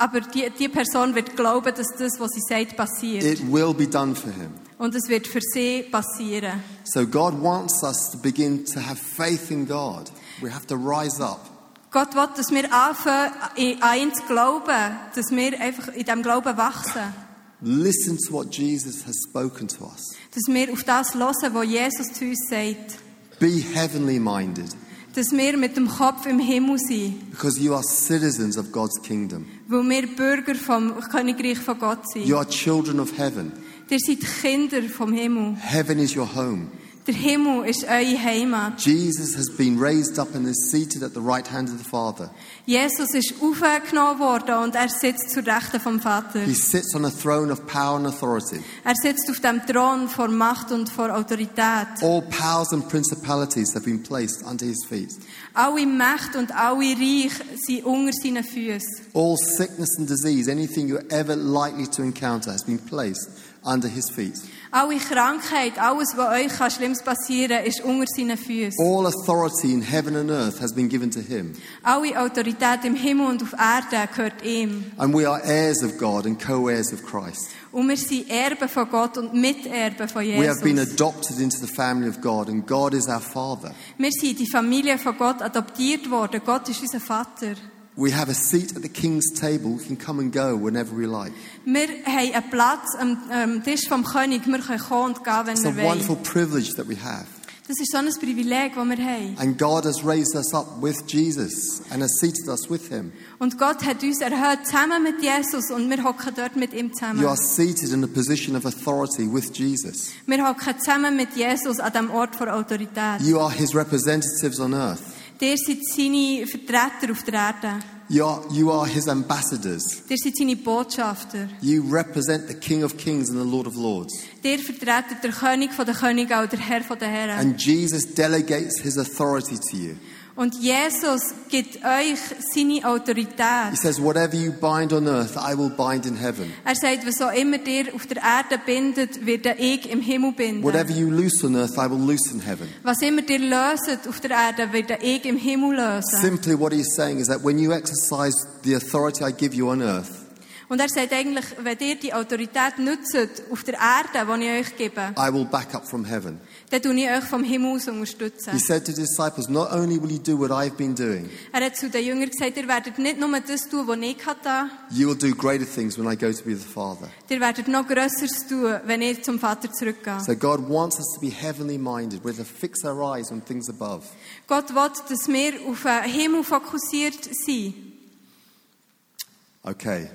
S2: Aber die, die Person wird glauben, dass das, was sie sagt, passiert.
S1: it will be done for him.
S2: Und es wird für sie passieren.
S1: So God wants us to begin to have faith in God. We have to rise up.
S2: Gott will, dass wir anfangen, i- an ihn zu glauben, dass wir einfach in diesem Glauben wachsen.
S1: Listen to what Jesus has spoken to us.
S2: Dass wir auf das hören, was Jesus zu uns sagt.
S1: Be heavenly minded
S2: Dass wir mit dem Kopf im Himmel sind,
S1: because you are citizens of God's kingdom.
S2: weil wir Bürger vom Königreich von Gott sind.
S1: You are children of heaven.
S2: Ihr seid Kinder vom Himmel.
S1: Heaven is your home.
S2: Der Himmel ist eure Heimat.
S1: Jesus has been raised up and is seated at the right hand of the Father.
S2: Jesus ist aufgenommen worden und er sitzt zur Rechten vom Vater.
S1: He sits on a throne of power and authority.
S2: Er sitzt auf dem Thron vor Macht und vor Autorität.
S1: All powers and principalities have been placed under his feet.
S2: Alle Macht und alle Reich sind unter seinen Füßen.
S1: All sickness and disease, anything you're ever likely to encounter, has been placed under his feet.
S2: Alle Krankheit, alles, was euch kann Schlimmes passieren kann, ist unter seinen Füßen.
S1: All authority in heaven and earth has been given to him.
S2: Alle Autorität im Himmel und auf Erde gehört ihm.
S1: And we are heirs of God and co heirs of Christ.
S2: Und wir sind Erben von Gott und Miterben von
S1: We have been
S2: Jesus.
S1: adopted into the family of God, and God is our Father.
S2: Wir sind in die Familie von Gott adoptiert worden. Gott ist unser Vater.
S1: We have a seat at the King's table. We can come and go whenever we like.
S2: Wir haben einen Platz am, am Tisch vom König. Wir können kommen und gehen, wenn
S1: It's a
S2: wir wollen.
S1: wonderful privilege that we have.
S2: Das ist so ein Privileg, das wir haben.
S1: And God has raised us up with Jesus and has seated us with him.
S2: Und Gott hat uns erhöht zusammen mit Jesus und wir hocken dort mit ihm zusammen.
S1: You are seated in a position of authority with Jesus.
S2: Wir hocken zusammen mit Jesus an dem Ort vor Autorität.
S1: You are his representatives on earth.
S2: Der sind seine Vertreter auf der Erde.
S1: You are, you are his ambassadors.
S2: Ihr seid seine Botschafter.
S1: You represent the King of Kings and the Lord of Lords.
S2: Ihr vertretet den König von den Königen und den Herr von den Herren.
S1: And Jesus delegates his authority to you.
S2: Und Jesus gibt euch seine
S1: He
S2: Autorität.
S1: says, Whatever you bind on earth, I will bind in heaven.
S2: Er sagt, was auch immer ihr auf der Erde bindet, werde ich im Himmel
S1: Whatever
S2: binden.
S1: you loose on earth, I will loose in heaven.
S2: Was immer ihr löset auf der Erde, werde ich im Himmel lösen.
S1: Simply, what he's saying is that when you exercise the authority I give you on earth,
S2: Und er sagt eigentlich, wenn ihr die Autorität nützt auf der Erde, die ich euch gebe,
S1: I will back up from heaven.
S2: dann tue ich euch vom Himmel aus
S1: He
S2: unterstützen.
S1: said to the disciples, Not only will you do what I've been doing,
S2: Er hat zu den Jüngern gesagt, ihr werdet nicht nur das tun, was ich getan habe,
S1: you will do greater things when I go to be the Father.
S2: Ihr werdet noch Grösseres tun, wenn ihr zum Vater zurückgeht.
S1: So God wants us to be heavenly minded, we're to fix our eyes on things above.
S2: Gott will, dass wir auf den Himmel fokussiert sind.
S1: Okay,